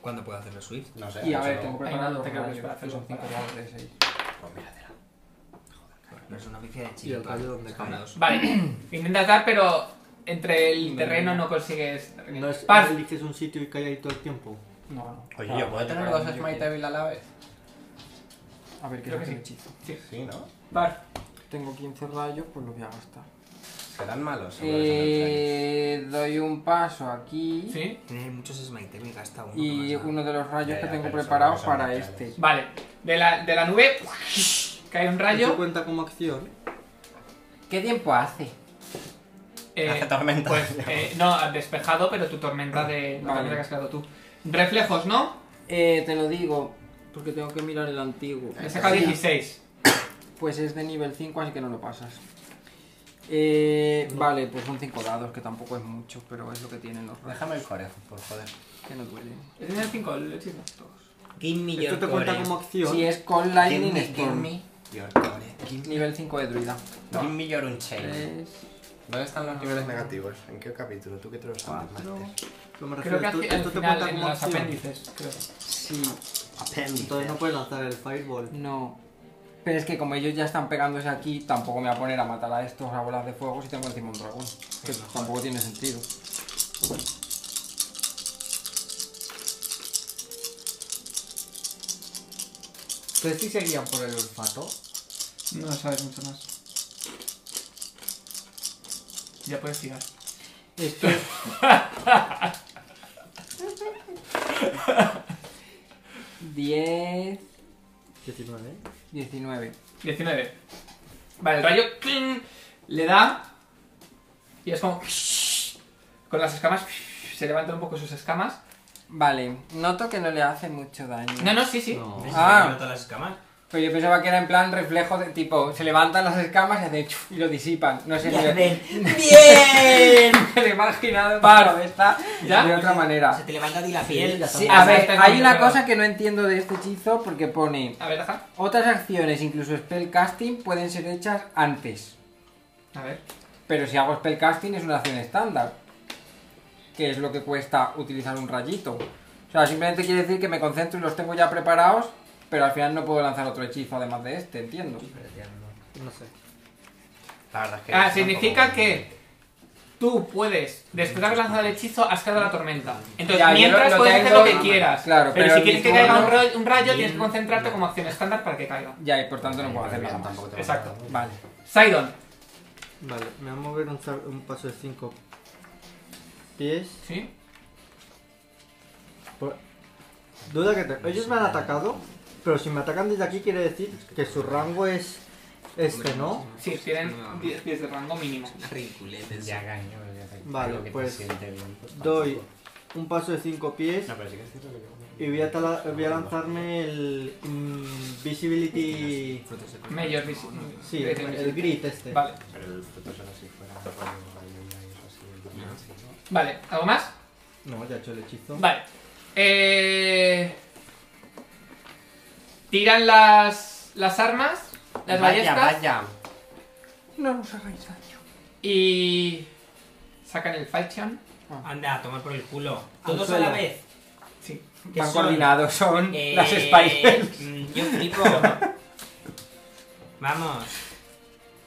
¿Cuándo puedo hacerlo Swift? No sé. Y a eso ver, luego- tengo Ay, preparado no, los te creo que es para rayos, que son hacerlo 5 para- de 6. Pues míratela. Pero es una oficina de ¿Y el chiripa. rayo dónde Saca una cae? dos. Vale. Intentas dar, pero entre el Venga. terreno no consigues. No es Par- no eliges un sitio y cae ahí todo el tiempo. No, no. Oye, Ah, ¿yo puedo yo tener creo dos que yo Smite quiero. Evil a la vez? A ver, ¿qué Creo es que el sí. hechizo? Sí, ¿no? Par. Tengo 15 rayos, pues los voy a gastar. Serán malos, seguro. que Eh, doy un paso aquí. ¿Sí? Tiene muchos smite, me gasta uno. Y nomás, ¿no? uno de los rayos Ya, que ya, tengo pero son- preparados son para neutrales. este. Vale. De la, de la nube cae un ¿Eso rayo. cuenta como acción? ¿Qué tiempo hace? eh, Hace tormenta. Pues, eh, no, despejado, pero tu tormenta de. La Vale. tormenta que has creado tú. Reflejos, ¿no? Eh, te lo digo, porque tengo que mirar el antiguo. Le saca 16. Pues es de nivel 5, así que no lo pasas. Eh, Vale, pues son 5 dados, que tampoco es mucho, pero es lo que tienen los no. rayos, Déjame el corejo, por joder. que no duelen. Tiene 5 el hechizo. Give me your ¿Esto te cuenta core. como acción? Si es con Give Lightning me, give Storm, me your core. Give nivel 5 de druida. me- give me your unchained. Tres, ¿Dónde están los niveles negativos? ¿En qué capítulo? ¿Tú qué te lo sabes, Cuatro. Master? Yo me Creo refiero, que esto, hace- esto al te final cuenta en como los acción. apéndices, creo. Sí, Entonces no puedes lanzar el fireball. no. Pero es que como ellos ya están pegándose aquí, tampoco me voy a poner a matar a estos a bolas de fuego si tengo encima un dragón. Que tampoco tiene sentido. ¿Pero si seguían por el olfato? No sabes mucho más. Ya puedes tirar. Esto Diez... 19, ¿eh? 19. 19. Vale, el rayo ¡cling! le da. Y es como. Con las escamas. Se levantan un poco sus escamas. Vale, noto que no le hace mucho daño. No, no, sí, sí. No. Ah. Ah. las escamas? Pero yo pensaba que era en plan reflejo de tipo, se levantan las escamas y, hacen chuf y lo disipan. No sé si me, ¡Bien! me lo he imaginado para esta ¿Ya? de otra manera. Se te levanta a ti la piel. Sí, está. a ver, Está hay una complicado. cosa que no entiendo de este hechizo porque pone A ver, deja. otras acciones, incluso spellcasting, pueden ser hechas antes. A ver. Pero si hago spellcasting es una acción estándar. Que es lo que cuesta utilizar un rayito. O sea, simplemente quiere decir que me concentro y los tengo ya preparados, pero al final no puedo lanzar otro hechizo además de este, entiendo. No sé. La verdad es que. Ah, está significa como- que. Tú puedes, después de haber lanzado el hechizo, has creado la tormenta. Entonces, Ya, yo mientras lo- lo puedes tengo- hacer lo que quieras. claro, pero, pero si el quieres que mismo caiga un no- rayo, un rayo, tienes que concentrarte como acción estándar para que caiga. Ya, y por tanto no puedo hacer Bien, nada más. tampoco te Exacto. mata. Vale. Sidon. Vale, me voy a mover un, sal- un paso de 5 pies. ¿Sí? Por- Duda que te- ellos me han atacado, pero si me atacan desde aquí quiere decir que su rango es este, ¿no? Sí, tienen 10 pies de rango mínimo. Ridiculetes. Ya gaño, ya gaño. Vale, Creo que te pues, siente bien, pues, Doy tampoco. un paso de 5 pies No, pero sí que es cierto que- y voy a, tala- voy a lanzarme el Visibility... Mayor visi- Sí, el, el grit este. Vale, Pero el fruto solo si fuera. con vainilla y eso así, ¿no? Así, ¿no? vale. ¿Algo más? No, ya he hecho el hechizo. Vale. Eh... Tiran las, las armas, las vaya, ballestas vaya. No nos hagáis daño. y sacan el falchion. Anda, a tomar por el culo. Todos a suelo. la vez. Sí. ¿Qué Van son? coordinados, son Eh, las Spiders. mm, Yo flipo. Vamos.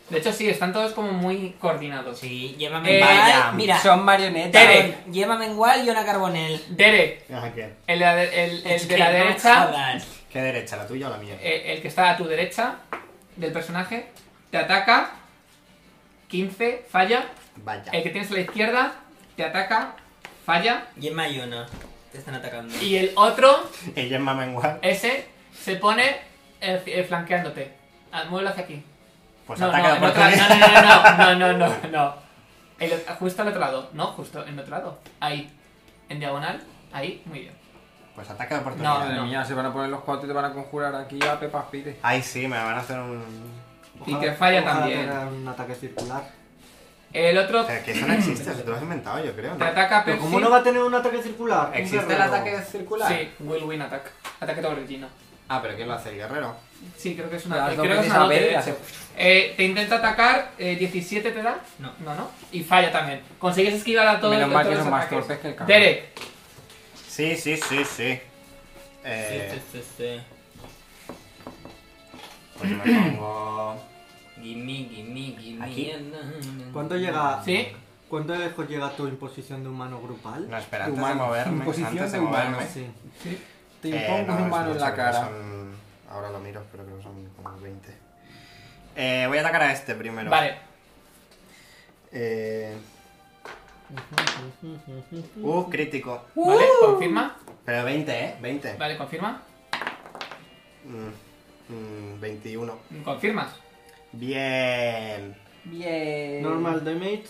De hecho, sí, están todos como muy coordinados. Sí, llévame en Eh, Wal. Mira, Son marionetas. Derek. llévame en Wal y una Carbonel. Derek, Ah, ¿qué? el, de la de- el- el Es de que la no derecha, jodas. ¿Qué derecha? ¿La tuya o la mía? eh, el que está a tu derecha del personaje, te ataca. 15, falla. Vaya. El que tienes a la izquierda, te ataca, falla. Yema y Ona. Te están atacando. Y el otro, Ella es Mamengual. ese, se pone eh, eh, flanqueándote. Ah, Muévelo hacia aquí. Pues no, ataca no, de en otra- oportunidad. no, no, no, no, no, no, no. El- justo al otro lado. No, justo en otro lado. Ahí. En diagonal. Ahí. Muy bien. Pues ataca de No, oportunidad. Madre no. mía, se van a poner los cuatro y te van a conjurar aquí a Pepas Pires. Ay, sí, me van a hacer un. Y que falla ojalá también. tenga un ataque circular. El otro Pero que eso no existe, se te lo has inventado, yo creo. te ¿no? ataca, Pero pero ¿cómo no va a tener un ataque circular? Un ¿Existe el guerrero. ataque circular? Sí, will win attack. Ataque torbellino. Ah, pero ¿quién lo hace el guerrero? Sí, creo que es Las una. dos Creo que es veces una a dote, ver, de hace- hecho. Eh, te intenta atacar, eh, 17 te da. No. No, no. Y falla también. Consigues esquivar a todos Menos mal que todos los son más ataques. torpes que el cabrón. Derek, Sí, sí, sí, sí. Eh, Sí, sí, sí, pues me pongo. sí. Gimme, gimme, gimme. Aquí. Na, na, na, na. ¿Cuánto llega? ¿sí? ¿Cuánto lejos llega tu imposición de humano grupal? No, espera, antes Humano. de moverme. Posición antes de, de humano. moverme. Sí. Sí. Te Eh, impongo no, un es mano en mucho, la creo que cara. son- ahora lo miro, pero creo que son como 20. Eh, voy a atacar a este primero. Vale. Eh... Uh, crítico. Vale, confirma. Pero 20, ¿eh? 20. Vale, confirma. Mm, mm, 21. Confirmas. Bien. Bien. Normal damage.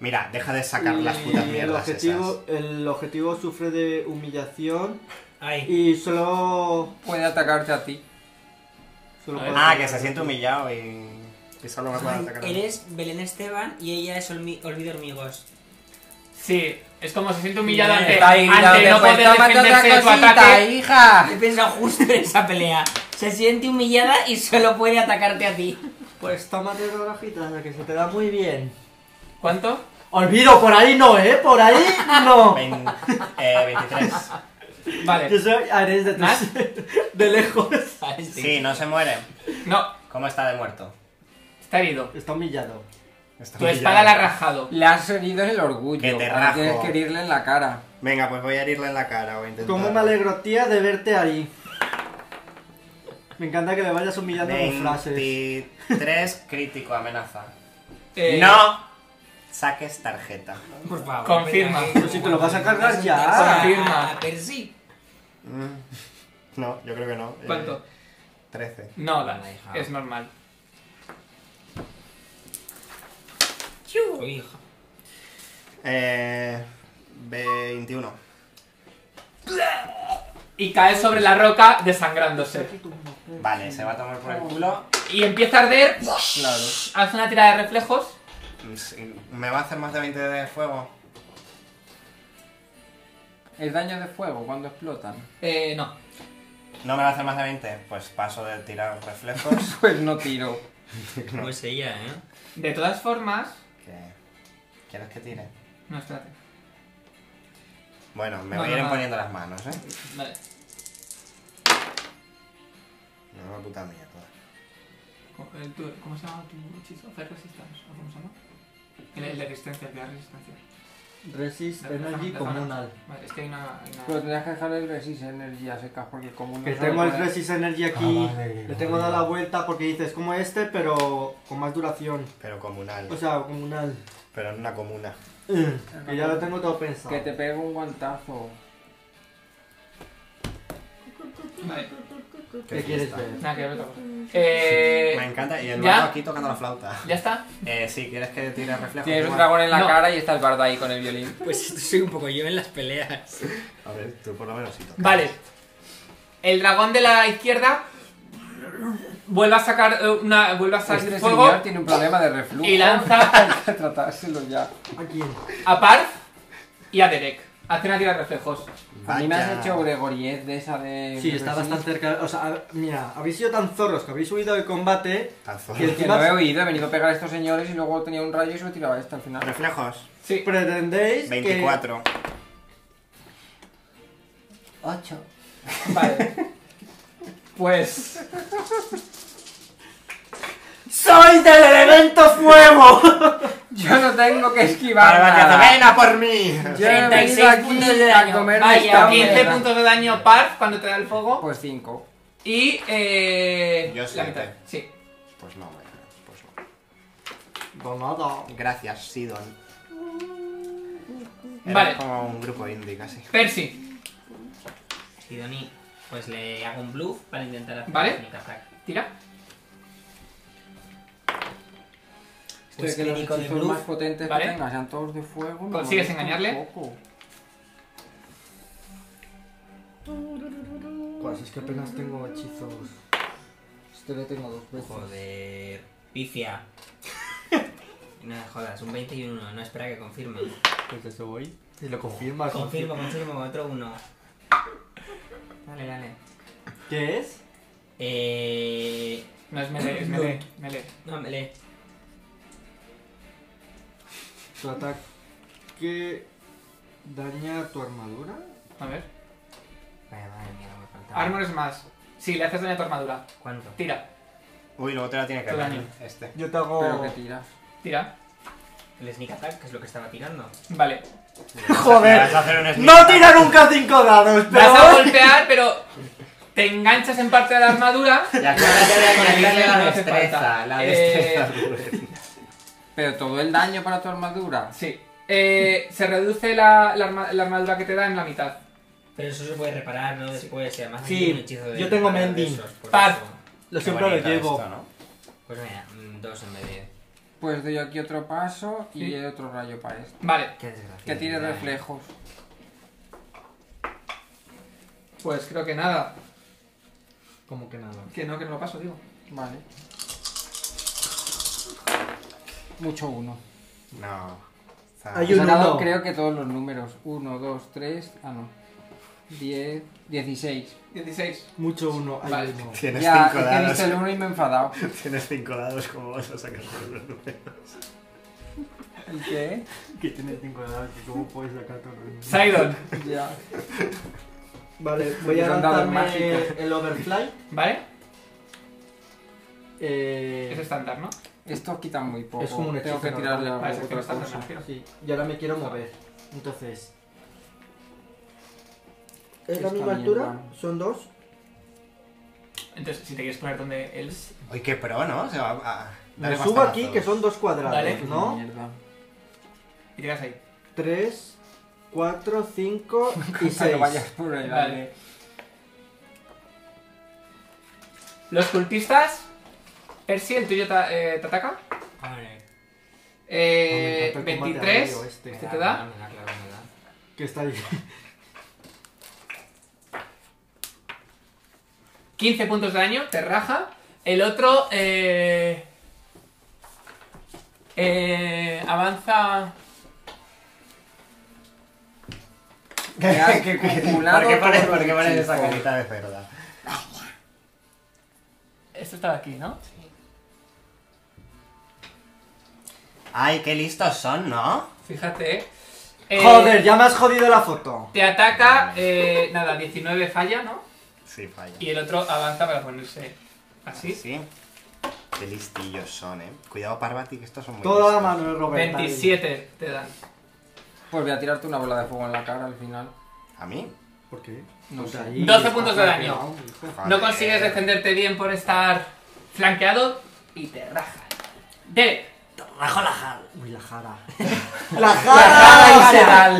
Mira, deja de sacar y las putas el mierdas objetivo, el objetivo sufre de humillación Ahí. y solo. Puede atacarte a ti. Eh, solo Ah, esas. puede- Ah, que se siente humillado y... y solo me puede Ay, atacar. a mí. Eres Belén Esteban y ella es Olmi- Olvido Hormigos. Sí, es como se siente humillado Bien. ante, Está ante no poder defenderse de tu ataque. hija. Ah. He pensado justo en esa pelea. Se siente humillada y solo puede atacarte a ti. Pues tómate dos hojitas, que se te da muy bien. ¿Cuánto? Olvido, por ahí no, ¿eh? Por ahí no. Vein- eh, 23. Yo Vale. soy Ares de ¿Más? De lejos. Sí, no se muere. No, ¿Cómo está de muerto? está herido. Está humillado. Está Tu Pues humillado. espada la ha rajado. Le has herido en el orgullo. Que te ahora rajo. Tienes que herirle en la cara. Venga, pues voy a herirle en la cara. Voy a intentar. ¿Cómo me alegro, tía, de verte ahí? Me encanta que le vayas humillando con frases. 23 crítico, amenaza. Eh, ¡No! Saques tarjeta. Por favor. Confirma. venga, Pero si te lo vas a cargar ya. Confirma. Confirma. Ah, Pero sí. Mm. No, yo creo que no. Eh, ¿Cuánto? 13. No, das. Vale, hija. Es normal. Chu, hija. Eh, 21. Y cae sobre la roca desangrándose. Vale, se va a tomar por el culo. Y empieza a arder. Claro. Haz una tirada de reflejos. Mm, sí, ¿Me va a hacer más de 20 de fuego? Es daño de fuego cuando explotan. Eh, no. ¿No me va a hacer más de 20? Pues paso de tirar reflejos. Pues no tiro. Pues ella, ¿eh? De todas formas. que- ¿Quieres que tire? No, espérate. Bueno, me No, voy a no, ir no. poniendo las manos, ¿eh? Vale. No, la puta mierda. Co- el tu- ¿Cómo se llama tu hechizo? Fire Resistance. ¿o ¿Cómo se llama? El, el de resistencia, el de la resistencia. Resist Déjame- Energy déjame- Comunal. Vale, es que hay una. hay una- Pero Pues tendrías que dejar el Resist Energy secas porque como no Que sabe tengo el cuál- Resist Energy aquí. Le tengo dado la vuelta porque dices como este, pero con más duración. Pero comunal. O sea, comunal. Pero en una comuna. Que ya lo tengo todo pensado. Que te pego un guantazo. Vale. ¿Qué quieres fiesta. ver? Nada, que ver otra cosa. Eh. Me encanta. Y el ¿Ya? mago aquí tocando la flauta. ¿Ya está? Eh, sí, ¿quieres que tire reflejos? Tienes un Igual. dragón en la No. cara y está el bardo ahí con el violín. Pues esto soy un poco yo en las peleas. A ver, tú por lo menos sí tocas. Vale. El dragón de la izquierda. Vuelve a sacar eh, una. Vuelve a sacar Este fuego. señor tiene un problema de reflujo. Y lanza Hay que tratárselo ya. ¿A quién? a Parth y a Derek. Hace una tira de reflejos. A mí me has Vaya. hecho Gregoriez de esa de. Sí, está Resist. bastante cerca. O sea, a- mira, habéis sido tan zorros que habéis huido de combate. Tan zorro. Y el- Que no he oído, he venido a pegar a estos señores y luego tenía un rayo y se lo tiraba a este al final. Reflejos. Sí. Pretendéis que- 24. 8. Vale. Pues. ¡Soy del elemento fuego! Yo no tengo que Vale, esquivar va, que hace, nada. ¡Venga por mí! Yo he 36 venido aquí puntos de a daño. comerme Vaya, esta 15 mierda. puntos de daño Parth cuando te da el fuego. Pues 5. Y. Eh, Yo la siete. mitad. Sí. Pues no, bueno, pues no. Pues nada. Gracias, Sidon. Vale. Era como un grupo indie casi. Percy, Y Doni, pues le hago un bluff para intentar hacer Vale. un sneak attack. tira. Pues que los crítico de hechizos bluff. más potentes Vale. que tengas sean todos de fuego. me ¿Consigues molesta engañarle? un poco. Pues es que apenas tengo hechizos. Este le tengo dos veces. Joder, pifia. No me jodas, un 20 y un 1, no espera que confirme. Pues eso voy. Si lo confirmas. Confirmo, confirmo, otro 1. Dale, dale. ¿Qué es? Eh. No es melee, es melee. melee. No, me lee. Tu ataque daña tu armadura. A ver. Vaya madre mía, no me Ah. faltaba. Armor es más. Sí, le haces daño a tu armadura. ¿Cuánto? Tira, Uy, luego te la tiene que Tu ver. daño. Este. Yo te hago. Pero que tiras. tira. El sneak attack, que es lo que estaba tirando. Vale. Joder. Vas a hacer un sneak No attack. tira nunca 5 dados, pero. Vas a golpear, pero te enganchas en parte de la armadura. Y acuérdate de añadirle la No hace destreza. falta. La Eh, destreza. Pero todo el daño para tu armadura. Sí. Eh, se reduce la, la arma- la armadura que te da en la mitad. Pero eso se puede reparar, ¿no? Después, y además Sí, hay un hechizo de yo tengo reparar de mending. esos, por Paz. eso. Lo Qué siempre lo bonito llevo. esto, ¿no? Pues mira, mm, dos en vez de... Pues doy aquí otro paso y Sí. otro rayo para este. Vale. Qué desgracia. Que tire reflejos. Pues creo que nada. Como que nada. Que no, que no lo paso, digo. Vale. Mucho uno. No. Está- Hay He un sacado, uno. creo que todos los números. 1, 2, 3. Ah, no. 10, 16. 16. Mucho uno. Hay Vale. uno. Tienes Ya, cinco es que he dados. visto el 1 y me he enfadado. Tienes cinco dados, ¿cómo vas a sacar todos los números? ¿El qué? Que tiene 5 dados, que cómo puedes sacar todo el mundo. Sidon. Ya. Vale, voy a Son dados lanzarme mágicos. el overfly. ¿Vale? Es Eh, estándar, ¿no? Estos quitan muy poco. Es como un Tengo hechizo que tirarle normal. Vale, a es acción Ah, otra estándar, me cosa. refiero. sí, y ahora me quiero mover. Entonces. ¿Es la Esta misma altura? mierda. ¿Son dos? Entonces, si te quieres poner donde él. Uy, qué pro, ¿no? Se va a... Me subo aquí, que son dos cuadrados, Vale. ¿no? Mierda. Y llegas ahí. 3, 4, 5 y Ah, 6. no vayas por ahí, vale. Vale. Los cultistas. Percy, el tuyo ta- eh, te ataca. Vale. Eh, 23. ¿Este te da? Me da, claro, me da. Que está ahí. 15 puntos de daño, te raja. El otro eh, eh, avanza. Te has acumulado ¿Por qué pones, todos por qué los pones esa hechizos. carita de cerda? Esto estaba aquí, ¿no? Ay, qué listos son, ¿no? Fíjate. eh. Eh, Joder, ya me has jodido la foto. Te ataca, eh, nada, 19 falla, ¿no? Sí, falla. Y el otro avanza para ponerse así. Sí. Qué listillos son, ¿eh? Cuidado, Parvati, que estos son muy Toda la listos. mano de Roberta. 27 te dan. Pues voy a tirarte una bola de fuego en la cara al final. ¿A mí? ¿Por qué? No Pues sé. ahí 12 puntos de está pues, daño. pegado, hijo. No Joder. consigues este- defenderte bien por estar flanqueado y te raja. Derek, Rajo la jal. Uy, la jara. pues. La jara. La jara.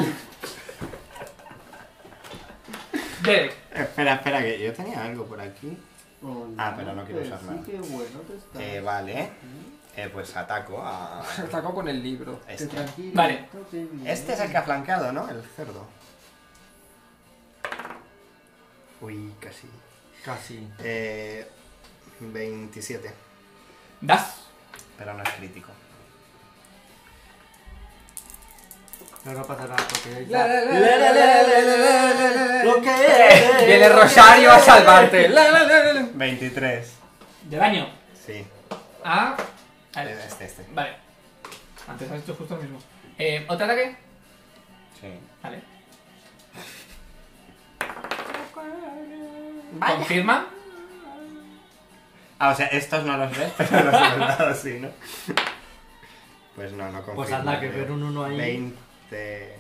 Derek. Espera, espera, que yo tenía algo por aquí. Ah, pero no quiero Pues usar nada. Sí, qué bueno te está. Eh, vale. Eh, pues ataco a... Se atacó con el libro. Qué Este. tranquilo, Vale. qué bien. Este es el que ha flanqueado, ¿no? El cerdo. Uy, casi. Casi. Eh, 27. Das. Pero no es crítico. Pero no pasa nada porque La, la, la, ya- la, la, la, la, la, la, la. Lo que eh. es. Viene Rosario eh, a salvarte. La, la, la, la, la. 23. De daño. Sí. Ah. Vale. Este, este. Vale. Antes has hecho justo lo mismo. Eh, ¿Otro ataque? Sí. Vale. Chocolate. Confirma. Ah, o sea, estos no los ves, pero los he dado sí, ¿no? Pues no, no confío. Pues anda, que ver un uno ahí. 20.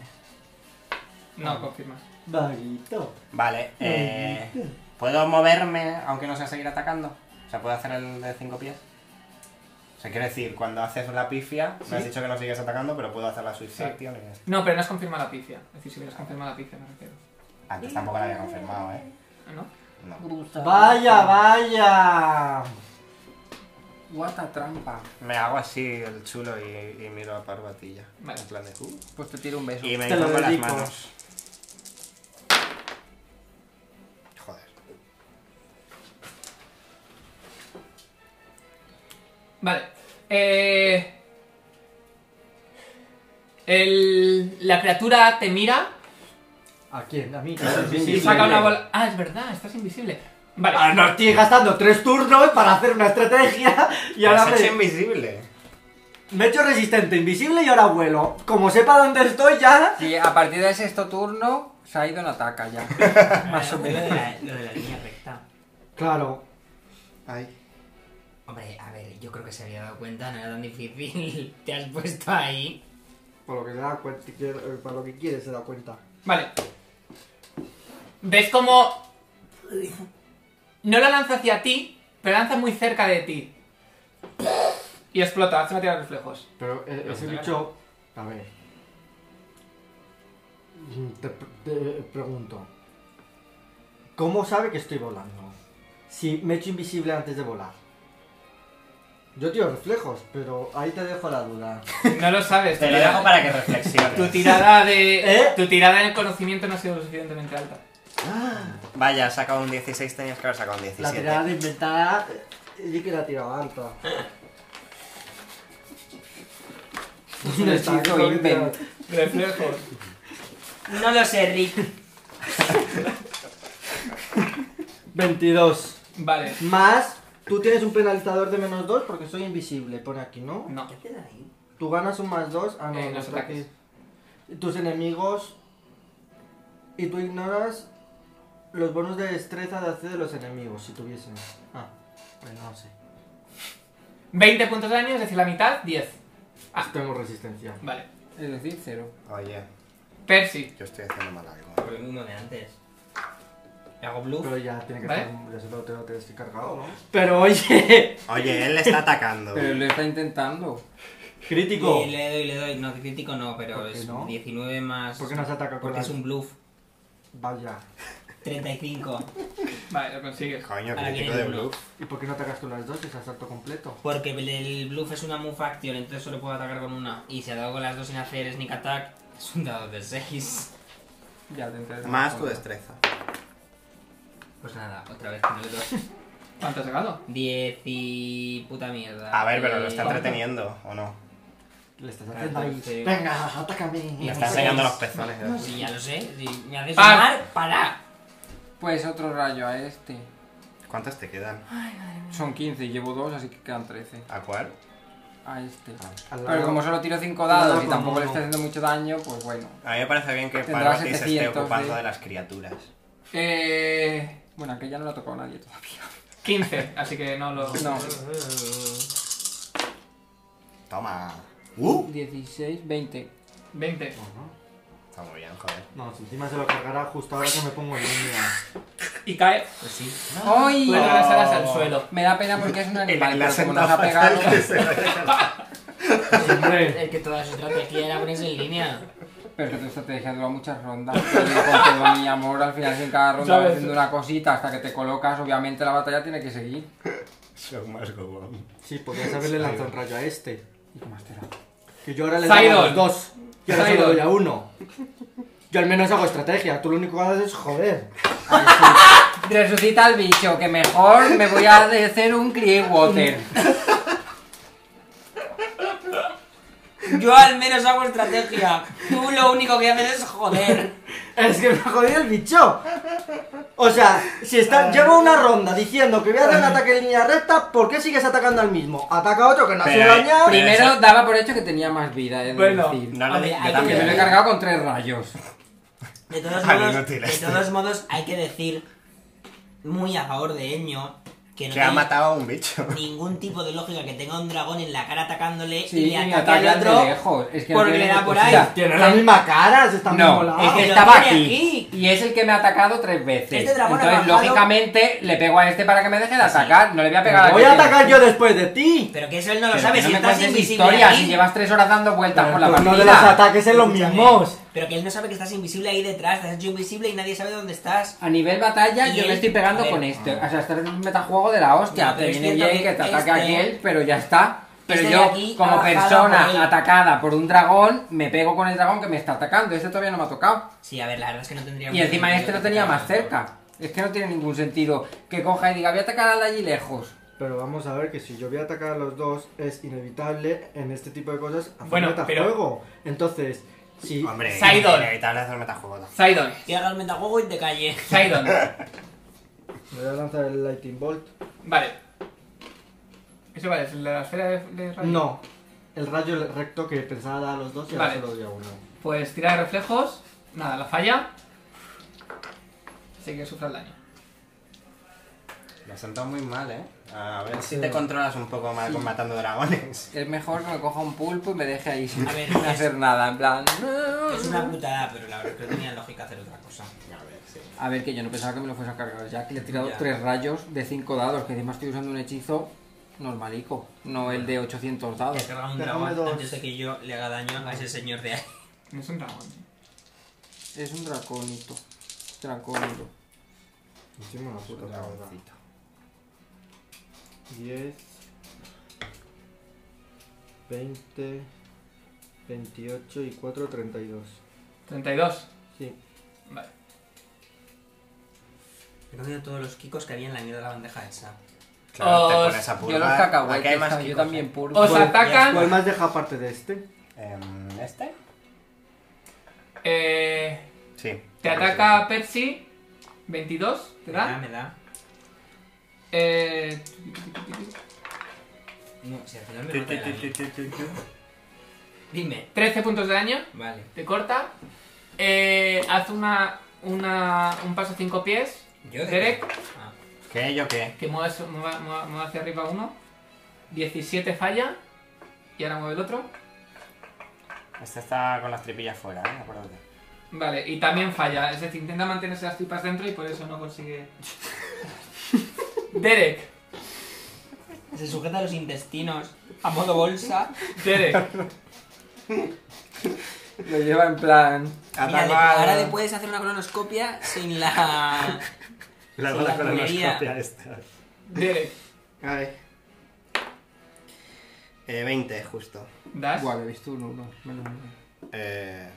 No, confirma. Vaguito. Vale, eh. ¿Puedo moverme aunque no sea seguir atacando? O sea, ¿puedo hacer el de 5 pies? O sea, quiero decir, cuando haces la pifia, me has dicho que no sigues atacando, pero puedo hacer la Swift Sí. Action y ya está. No, pero no has confirmado la pifia. Es decir, si hubieras confirmado la pifia, me refiero. Antes Ah, tampoco la había confirmado, ¿eh? Ah, ¿No? No. Vaya, vaya. What a trampa. Me hago así el chulo y, y miro a Parvatilla. Vale. En plan de. "Uh". Pues te tiro un beso. Y me Te lo pongo las dedico. manos. Joder. Vale. Eh, el- la criatura te mira ¿A quién? A mí. y saca una bola. Ah, es verdad, estás invisible. Vale. Ah, Ahora Ah, no estoy gastando tres turnos para hacer una estrategia y ahora Pues es me, invisible. me he hecho resistente, invisible y ahora vuelo. Como sepa dónde estoy ya. Y a partir del sexto turno, Saidon ataca ya. Más o Lo de menos. la- lo de la línea recta. Claro. Ay. Hombre, a ver, yo creo que se había dado cuenta, no era tan difícil. Te has puesto ahí. Por lo que se da cuenta, para lo que quiere se da cuenta. Vale. ¿Ves cómo.? No la lanza hacia ti, pero la lanza muy cerca de ti. Y explota, hace tirar reflejos. Pero eh, ese Pregúntale. bicho. A ver. Mm, Te, te pregunto. ¿Cómo sabe que estoy volando? Si me he hecho invisible antes de volar. Yo tiro reflejos, pero ahí te dejo la duda. No lo sabes. Te tu lo tirada- dejo para que Tu reflexiones. tirada de. ¿Eh? Tu tirada en el conocimiento no ha sido lo suficientemente alta. Vaya, saca un 16, tenías que haber sacado un La 17. tirada de inventada. Yo que la tiraba alta. Es un hechizo invent. Reflejos. No lo sé, Rick. 22. Vale. Más. Tú tienes un penalizador de menos 2 porque soy invisible. Por aquí, ¿no? No. haces ahí? Tú ganas un más 2 a no, Eh, los contra ataques. ti. Tus enemigos. Y tú ignoras los bonos de destreza de AC de los enemigos, si tuviesen. Ah, pues no sé. 20 puntos de daño, es decir, la mitad, 10. Ah. Tengo resistencia. Vale. Es decir, cero. Oye, Percy. yo estoy haciendo mal algo. Por el mundo de antes. ¿Le hago bluff? Pero ya tiene que ¿Vale? estar. Ya se lo, te lo tienes que cargado, ¿no? Pero oye. Oye, él le está atacando. Pero lo está intentando. Crítico. Y le doy, le doy. No, crítico no, pero ¿Por qué es no? 19 más. ¿Por qué no se ataca con Porque la- es un bluff. Vaya. 35. Vale, lo consigues. Coño, Ahora crítico viene de el uno. bluff. ¿Y por qué no atacas con las dos si es asalto completo? Porque el, el bluff es una move action, entonces solo puedo atacar con una. Y si ataco con las dos sin hacer sneak attack, es un dado de 6. Ya te enteras. Más tu destreza. Pues nada, otra vez que no le doy. ¿Cuánto has sacado? 10 y. puta mierda. A ver, pero lo está Eh, entreteniendo, ¿o no? Le estás haciendo ahí. Catorce. Venga, atácame. Le está enseñando los pezones. No, sí, ya lo sé. Si me haces Ah. Par. sumar, para. Pues otro rayo a este. ¿Cuántos te quedan? Son 15 y llevo dos, así que quedan 13. ¿A cuál? A este. Ah. Al lado- Pero como solo tiro 5 Al dados lado y tampoco con le está uno. haciendo mucho daño, pues bueno. A mí me parece bien que Tendrá Parvati se esté 700 de- ocupando de las criaturas. Eh. Bueno, aquella no la ha tocado nadie todavía. 15, así que no lo. No. Toma. ¡Uh! 16, 20. 20. Ajá. Está muy bien, joder. No, si encima se lo cargará justo ahora que me pongo en línea. Y cae. Pues sí. ¡Ay! Puede regresarlas al suelo. Me da pena porque es un El animal, pero enlace como está nos ha fatal pegado. que se lo haya cargado. Hombre. Es que toda su estrategia era ponerse en línea. Pero que tu estrategia dura muchas rondas. Y Con todo mi amor, al final, si en cada ronda vas ¿Sabes? haciendo una cosita hasta que te colocas, obviamente la batalla tiene que seguir. Son más gobón. Sí, podrías haberle lanzado un rayo a este. ¿Y qué más te da? Que yo ahora le doy a Sidon. los dos. Yo ahora solo Sidon. doy a uno. Yo al menos hago estrategia. Tú lo único que haces es joder. Resucita al bicho, que mejor me voy a hacer un Creewater. Yo al menos hago estrategia. Tú lo único que haces es joder. Es que me ha jodido el bicho. O sea, si está, llevo una ronda diciendo que voy a hacer un ataque en línea recta, ¿por qué sigues atacando al mismo? Ataca a otro que no ha sido Pero, eh, dañado. pri- Primero daba por hecho que tenía más vida, es Bueno. decir. No lo Hombre, di- hay yo que Que me también. lo he cargado con tres rayos. De todos Tan modos, inútil de este. todos modos hay que decir, muy a favor de Eño, que no Que ha tiene matado a un bicho. ningún tipo de lógica que tenga un dragón en la cara atacándole Sí, y le y ataque ataca al de otro. lejos. Es que porque no tiene le da por necesidad. ahí. Tiene la misma cara, se está muy No, es volado. Pero que lo estaba tiene aquí, aquí. y es el que me ha atacado tres veces. Este dragón ha Entonces, bajado- lógicamente, le pego a este para que me deje de atacar. No le voy a este. pegar Me al Voy que a tiene. atacar yo después de ti. Pero que eso él no lo Pero sabe, que no si me estás cuentes invisible historias, si ahí. llevas tres horas dando vueltas por la Pero partida. no de los ataques es los Escúchame, mismos. Pero que él no sabe que estás invisible ahí detrás, te has hecho invisible y nadie sabe dónde estás. A nivel batalla, Y yo él- me estoy pegando a ver, con este. O sea, este es un metajuego de la hostia. No, pero te es viene cierto bien que que te ataque este- aquel, pero ya está. Pero este de yo, aquí ha como bajado por él. persona atacada por un dragón, me pego con el dragón que me está atacando. Este todavía no me ha tocado. Sí, a ver, la verdad es que no tendría Y mucho encima sentido este lo que tenía atacara más al otro. cerca. Es que no tiene ningún sentido que coja y diga, voy a atacar al de allí lejos. Pero vamos a ver que si yo voy a atacar a los dos, es inevitable en este tipo de cosas hacer Bueno, metajuego. Entonces, si. Hombre, Sidon. inevitable hacer metajuego. Sidon. Que haga el metajuego y te calle. Sidon. Voy a lanzar el Lightning Bolt. Vale. ¿Eso vale? ¿Es la de la esfera de, de rayo? No, el rayo recto que pensaba dar a los dos y ahora Vale. solo doy a uno. Pues tira de reflejos. Nada, la falla. Así que sufra el daño. Me ha sentado muy mal, ¿eh? A ver si Sí. te controlas un poco mal con matando dragones. Es mejor que me coja un pulpo y me deje ahí sin A ver, es- hacer nada. En plan. Es una putada, pero la verdad es que tenía lógica hacer otra cosa. A ver, sí. A ver, que yo no pensaba que me lo fuese a cargar ya, que le he tirado Ya. tres rayos de cinco dados, que encima estoy usando un hechizo normalico, no el de 800 He dados. cargado un Déjame dragón dos. antes de que yo le haga daño a ese señor de ahí. No es un dragón. Es un dracónito. Dracónito. Hicimos una puta cagada. 10, 20, 28 y 4, 32. 32. Sí. Vale. Pero odio todos los kikos que había en la mierda de la bandeja esa. Claro, te Os- pones a Yo los purgar. cacahuetes, Aquí hay más ¿sabes? yo chicos, también purgo. Os ¿Cuál- atacan. ¿Cuál más deja aparte de este? ¿eh? Em, ¿Este? Eh, Sí. te ataca Percy. 22. ¿Te Me da, da? me da. Eh, No, si al final me Tu, mata tu, el tu, daño. tu, tu, tu, tu. Dime. 13 puntos de daño. Vale. Te corta. Eh, haz una, una, un paso 5 pies. Yo de- Derek, Ah, ¿Qué? ¿Yo qué? que mueves- mueva, mueva- mueva hacia arriba uno. 17 falla. Y ahora mueve el otro. Este está con las tripillas fuera, ¿eh? Acuérdate. Vale, y también falla. Es decir, intenta mantenerse las tripas dentro y por eso no consigue. Derek, Se sujeta a los intestinos a modo bolsa. Derek, Lo lleva en plan. Mira, le- ahora le puedes hacer una colonoscopia sin la. La Sí, la tubería. esta. Derek. A ver. Eh, 20, justo. ¿Das? Buah, he visto un uno. menos mal. Eh,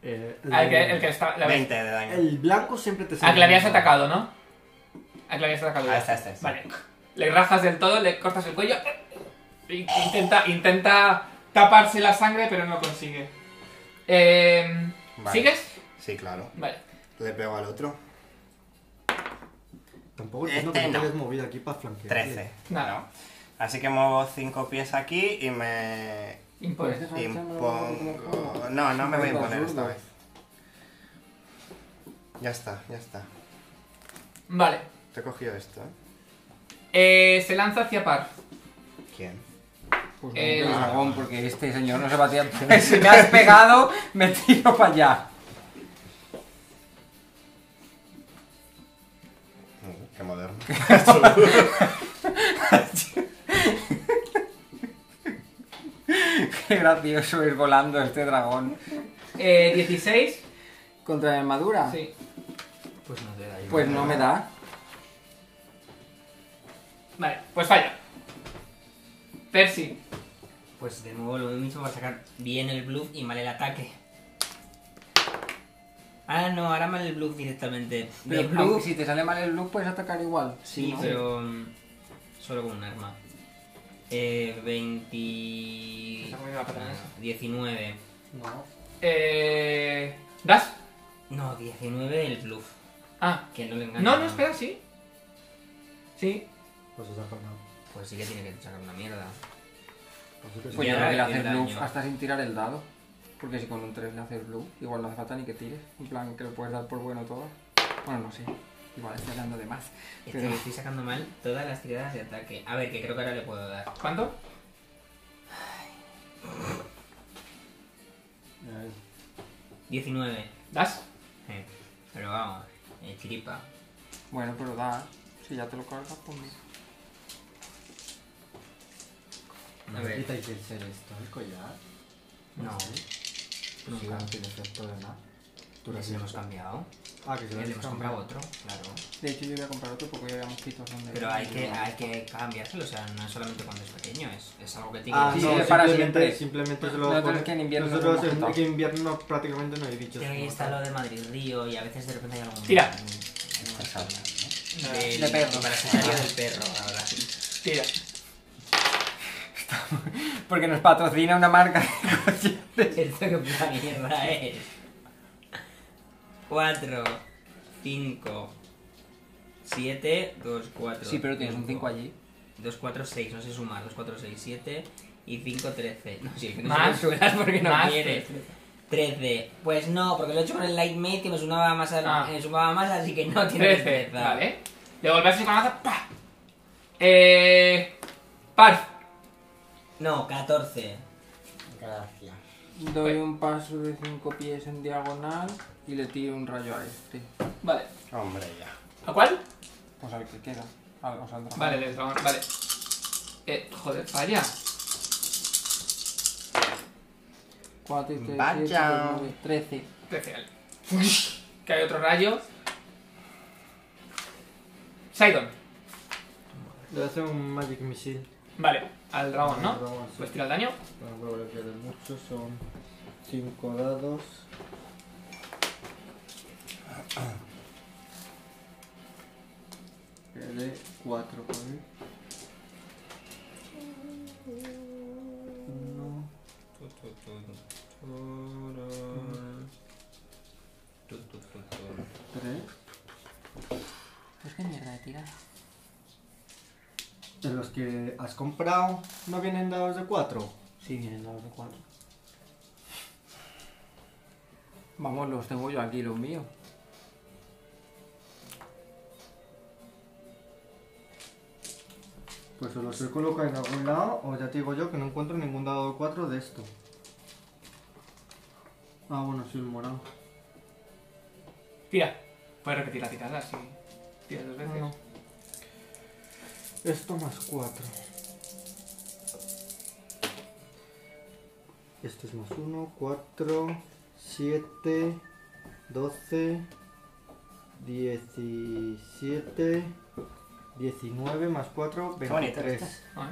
Eh, Al que, Ah, el que está. la- 20 de daño. el blanco siempre te Al que le habías sale. atacado, ¿no? Al que le habías atacado. ya. Ah, este, este, este. Vale. Le rajas del todo, le cortas el cuello. e Intenta, intenta taparse la sangre, pero no consigue. Eh, Vale. ¿Sigues? Sí, claro. Vale. Le pego al otro. Tampoco Este entiendo que no. no tienes movida aquí para flanquear. 13. Nada. Así que muevo 5 pies aquí y me Impones. impongo... No, no me voy a imponer esta vez. Ya está, ya está. Vale. Te he cogido esto, ¿eh? Eh, se lanza hacia par. ¿Quién? Pues Eh, un no. dragón, porque este señor no se batía. Si me has pegado, me tiro para allá. Mm, Qué moderno. Qué gracioso ir volando este dragón. Eh, 16. ¿Contra la armadura? Sí. Pues no te da Pues no me da. Vale, pues falla. Percy. Pues de nuevo lo mismo para sacar bien el bluff y mal el ataque. Ah, no, ahora mal el bluff directamente. De Pero bluff, aunque si te sale mal el look, puedes atacar igual. sí, ¿no? pero mm, solo con un arma. Eh, 20... Está comiendo la patata esa. ah, 19. Eh, ¿Das? No, 19 el bluff. Ah. Que no le engaña. No, no, espera, sí. Sí. Pues os ha pagado. Pues sí que tiene que sacar una mierda. Así que sí. Pues Ya, yo creo que le el haces bluff daño. hasta sin tirar el dado. Porque si con un 3 le haces bluff, igual no hace falta ni que tires. En plan, que lo puedes dar por bueno todo. Bueno, no sé. Igual estoy hablando de más. Es que Pero- le estoy sacando mal todas las tiradas de ataque. A ver, que creo que ahora le puedo dar. ¿Cuánto? Ahí. 19. ¿Das? Eh, pero vamos, eh, chiripa. Bueno, pero da. Si ya te lo cargas, pues mira. A No ver. quitáis el ser esto, el collar. No, Pues nunca. igual tiene efecto de nada. Tú Pero lo si lo hemos hemos cambiado. Ah, que se Ya lo le habéis hemos comprado cambiado. otro, claro. De hecho, yo voy a comprar otro porque ya había mosquitos donde. Pero hay que, hay que cambiárselo, o sea, no es solamente cuando es pequeño, es, es algo que tiene Ah, Sí, no, es simplemente, para siempre. simplemente se lo Nosotros pone- que en invierno Nosotros tenemos en, esto. que en invierno prácticamente no hay bichos. que ahí como está tal. lo de Madrid Río y a veces de repente hay algún... Tira. Del- De perro. parasitario del perro, ahora sí. Tira. Porque nos patrocina una marca de coches. Esto que puta mierda es. 4, 5, 7, 2, 4. Sí, pero tienes un 5 allí. 2, 4, 6, no sé sumar. 2, 4, 6, 7 y 5, 13. No, sí, que no Más. se lo suelas porque no Más. quieres. 13. Pues no, porque lo he hecho con el Light Mate que me sumaba más, a- Ah. eh, sumaba más así que no tiene 13, destreza. vale. Le golpeas así con la lanza, ¡pa! Eh. Parf. No, 14. Gracias. Doy un paso de 5 pies en diagonal y le tiro un rayo a este. Vale. Hombre, ya. ¿A cuál? Pues al que queda. Al, o sea, al dragón. Vale, el dragón, vale. Eh, joder, falla. 4 y 3, Vaya. 7, 9, 13. 13, vale. Que hay otro rayo. Sidon. Le hace un Magic Missile. Vale, al dragón, Al ¿no? dragón, sí. Pues tira el daño. No me voy a quedar mucho, son 5 dados. Quedé 4 con él. 1, 3. Pues qué mierda de tirar. De los que has comprado, no vienen dados de 4. Sí, vienen dados de 4. Vamos, los tengo yo aquí, los míos. Pues o los he colocado en algún lado, o ya te digo yo que no encuentro ningún dado de 4 de esto. Ah, bueno, sí, el morado. Tira. Puedes repetir la tirada si tiras dos veces. No. Esto más 4. Esto Este es más 1, 4, 7, 12, 17, 19 más 4, bonito 23. Ah,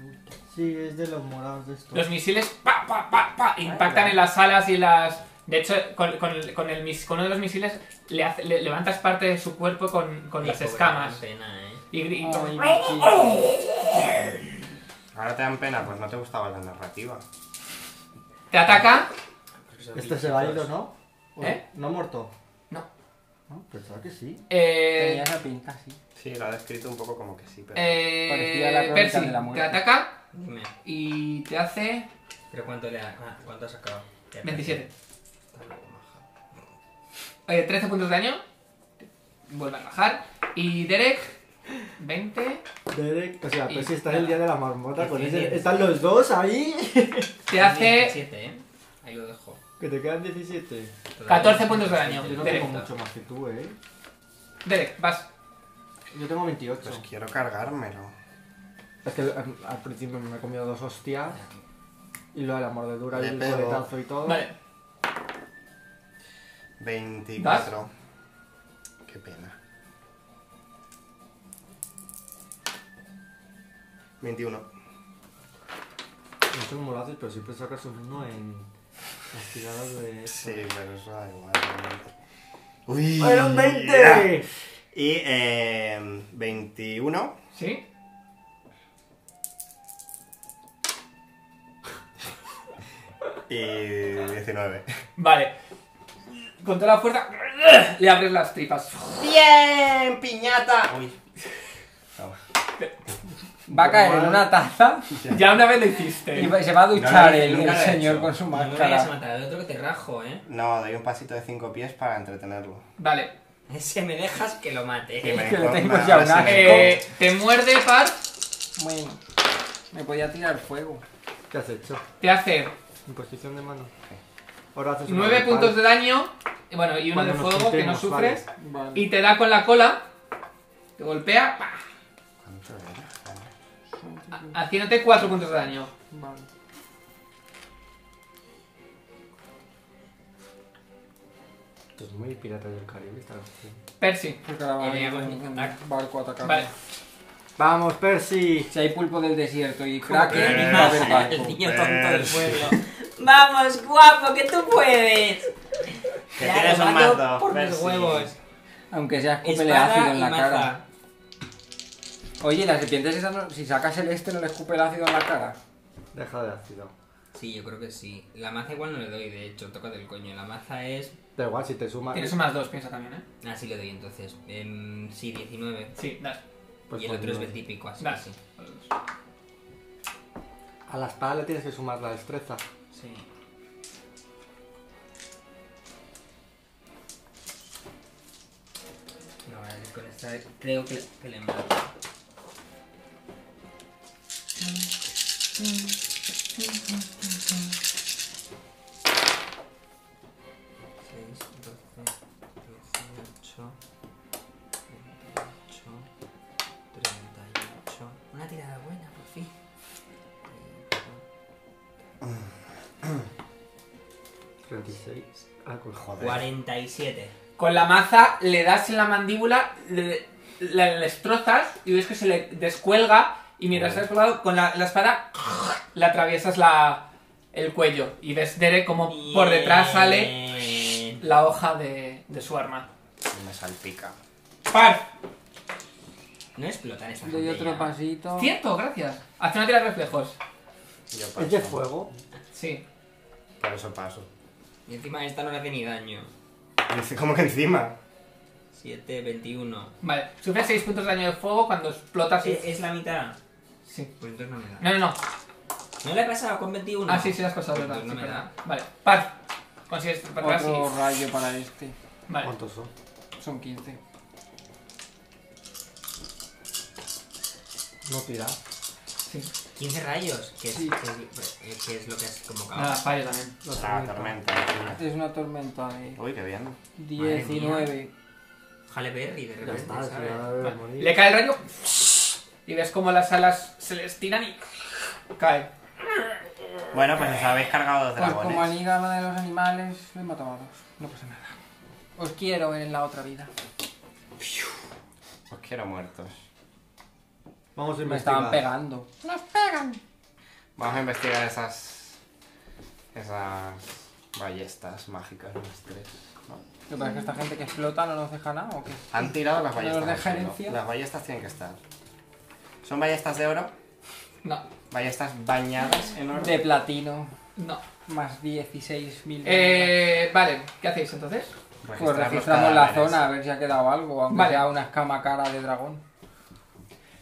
¿eh? Sí, es de los morados de esto. Los misiles pa, pa, pa, pa, impactan en las alas y las. De hecho, con, con el- con el mis- con uno de los misiles le, hace- le- levantas parte de su cuerpo con, con las Pobre escamas. pena, ¿eh? Y, gri- y como- Ay, chico. Ahora te dan pena, pues no te gustaba la narrativa. te ataca. Este se va a ido, ¿no? ¿O ¿Eh? ¿No ha muerto? No. No, Pensaba que sí. Eh, Tenía esa pinta, sí. Sí, lo ha descrito un poco como que sí, pero. eh, Parecía la crónica Percy, de la te muerte. ataca Dime, y te hace ¿pero cuánto le ha, ah, cuánto ha sacado? 27. Está loco, maja. Oye, 13 puntos de daño. Vuelve a bajar. Y Derek, 20. Derek, o sea, Y- pues si está en el día de la marmota con y- ese. y- Están los dos ahí. Te hace 17, ¿eh? Ahí lo dejo. que te quedan 17. 14 puntos de daño. Yo no Derek, tengo mucho más que tú, eh. Derek, vas. Yo tengo 28. Pues quiero cargármelo. Es que al, al principio me he comido dos hostias. Y lo de la mordedura y Le el pego. coletazo y todo. Vale. 24. Qué pena. 21. No son morazos, pero siempre sacas un uno en las tiradas de. Sí, pero eso da igual. realmente. Uy. ¡Ah, ¡Era un 20! Y eh, 21. ¿Sí? Y 19. Vale. Con toda la fuerza le abres las tripas. ¡Bien, piñata! Uy. Vamos. Va a caer en una taza Ya una vez lo y hiciste. va- se va a No duchar lo he- el, nunca el lo he señor hecho. con su No me vayas a máscara. matar al otro que te rajo, ¿eh? No, doy un pasito de 5 pies para entretenerlo. Vale. Ese me dejas que lo mate. Y me que le enco- tengo me ya abraza una- y me Eh, te muerde, Par. Bueno, me podía tirar fuego. ¿Qué has hecho? Te hace En posición de mano. Ahora haces 9 puntos de daño. y Bueno, y uno Pues de Cuando nos fuego que no juntemos, sufres. Vale. Y te da con la cola. Te golpea. pa, enco- ¿Cuánto era? Vale. ha- Haciéndote 4 puntos de daño. Vale. Es muy pirata del Caribe, esta canción. Percy. Porque ahora va a Y venir le hago un, sneak un attack. barco a atacarme. Vale. ¡Vamos, Percy! Si hay pulpo del desierto y kraken, que va a haber sí? barco. El niño tonto del Ves. pueblo. ¡Vamos, guapo, que tú puedes! Que Ya, tienes lo un mato más dos, Por mis Percy. huevos. Aunque sea escúpele ácido Espada en y la cara. maza. Oye, las serpientes esas, no- si sacas el este, no le escupe el ácido en la cara. Deja de ácido. Sí, yo creo que sí. La maza igual no le doy, de hecho, toca del coño. La maza es. Da igual si te sumas. Tienes un más 2, piensa también, ¿eh? Ah, sí le doy entonces. Em, sí, 19. Sí, das. Pues y el otro es continúa. 20 y pico, así. Das. que sí. A la espada le tienes que sumar la destreza. Sí. Con esta creo que, que le mato. Seis, doce, dieciocho, treinta y ocho, treinta y ocho. Una tirada buena, por fin. Ah, coño. Joder. 47. Con la maza le das en la mandíbula, le, la destrozas y ves que se le descuelga y mientras está descolgado con la, la espada le atraviesas la, el cuello y ves Dere como por detrás sale Bien. la hoja de, de su arma. Me salpica. ¡Par! No explotar esta Doy otro pantalla. pasito. Cierto, gracias. Hace una tira de reflejos. Yo paso. ¿Es de fuego? Sí. Por eso paso. Y encima esta no le hace ni daño. Dice, ¿cómo que encima? 7, 21. Vale. Sufres 6 puntos de daño de fuego cuando explotas y... ¿Es, es la mitad? Sí. Pues entonces no me da. No, no, no. ¿No le he pasado con 21? Ah, sí, sí, las cosas, Pues ¿verdad? entonces Sí, no me da. perdón. Vale. Par. Consigues para atrás Otro y... rayo para este. Vale. ¿Cuántos son? Son 15. No tira. Sí. 15 rayos, que es, que es- eh, que es lo que has convocado. Nada, fallo también. La Ah, tormenta. tormenta. encima. Es una tormenta de Uy, qué bien. 19. Jale Berry, de Ya repente, está, ¿sabes? se Vale. Le cae el rayo y ves como las alas se les tiran y cae. Bueno, pues os habéis cargado dos Pues como dragones. aniga lo de los animales, lo he matado a dos. No pasa nada. Os quiero en la otra vida. Os quiero muertos. Vamos a Me investigar. estaban pegando. Vamos a investigar esas. esas. ballestas mágicas nuestras. ¿no? Lo que pasa es que esta gente que explota no nos deja nada o qué. Han tirado las ¿No los ballestas. al deja suelo. herencia? Las ballestas tienen que estar. Son ballestas de oro, No, ballestas bañadas en oro. De platino. no. Más 16.000. Eh, vale, ¿qué hacéis entonces? Registrar pues los registramos la cadáveres. zona a ver si ha quedado algo, aunque Vale. sea una escama cara de dragón.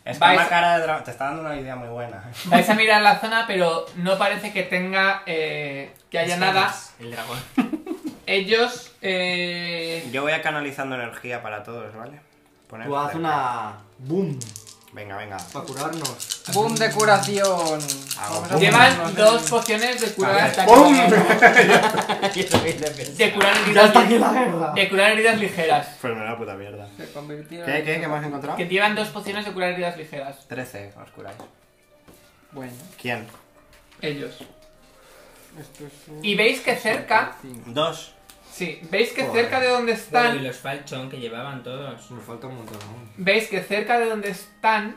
Es Vais- una cara de dragón. Te está dando una idea muy buena. ¿eh? Vais a mirar la zona, pero no parece que tenga. eh, que haya nada. Escamas, El dragón. Ellos. eh, Yo voy a canalizando energía para todos, ¿vale? Poner Tú haz cerca. una. ¡Boom! Venga, venga. Para curarnos. ¡Boom de curación! Ah, Vamos a llevan ponernos dos en- pociones de curar, Hasta que ¡Bum! lleguemos. Yo también lo he pensado. de curar ¡Ya heridas. está aquí la guerra! De curar heridas ligeras. Pues me da puta mierda. Se convirtieron ¿Qué, en- qué, qué más encontrado? Que llevan dos pociones de curar heridas ligeras. 13, os curáis. Bueno, ¿Quién? Ellos. esto es un- Y veis que cerca. cinco. Dos. Sí, veis que Joder. cerca de donde Bueno, y están. los falchón que llevaban todos. Me falta un montón aún. Veis que cerca de donde están.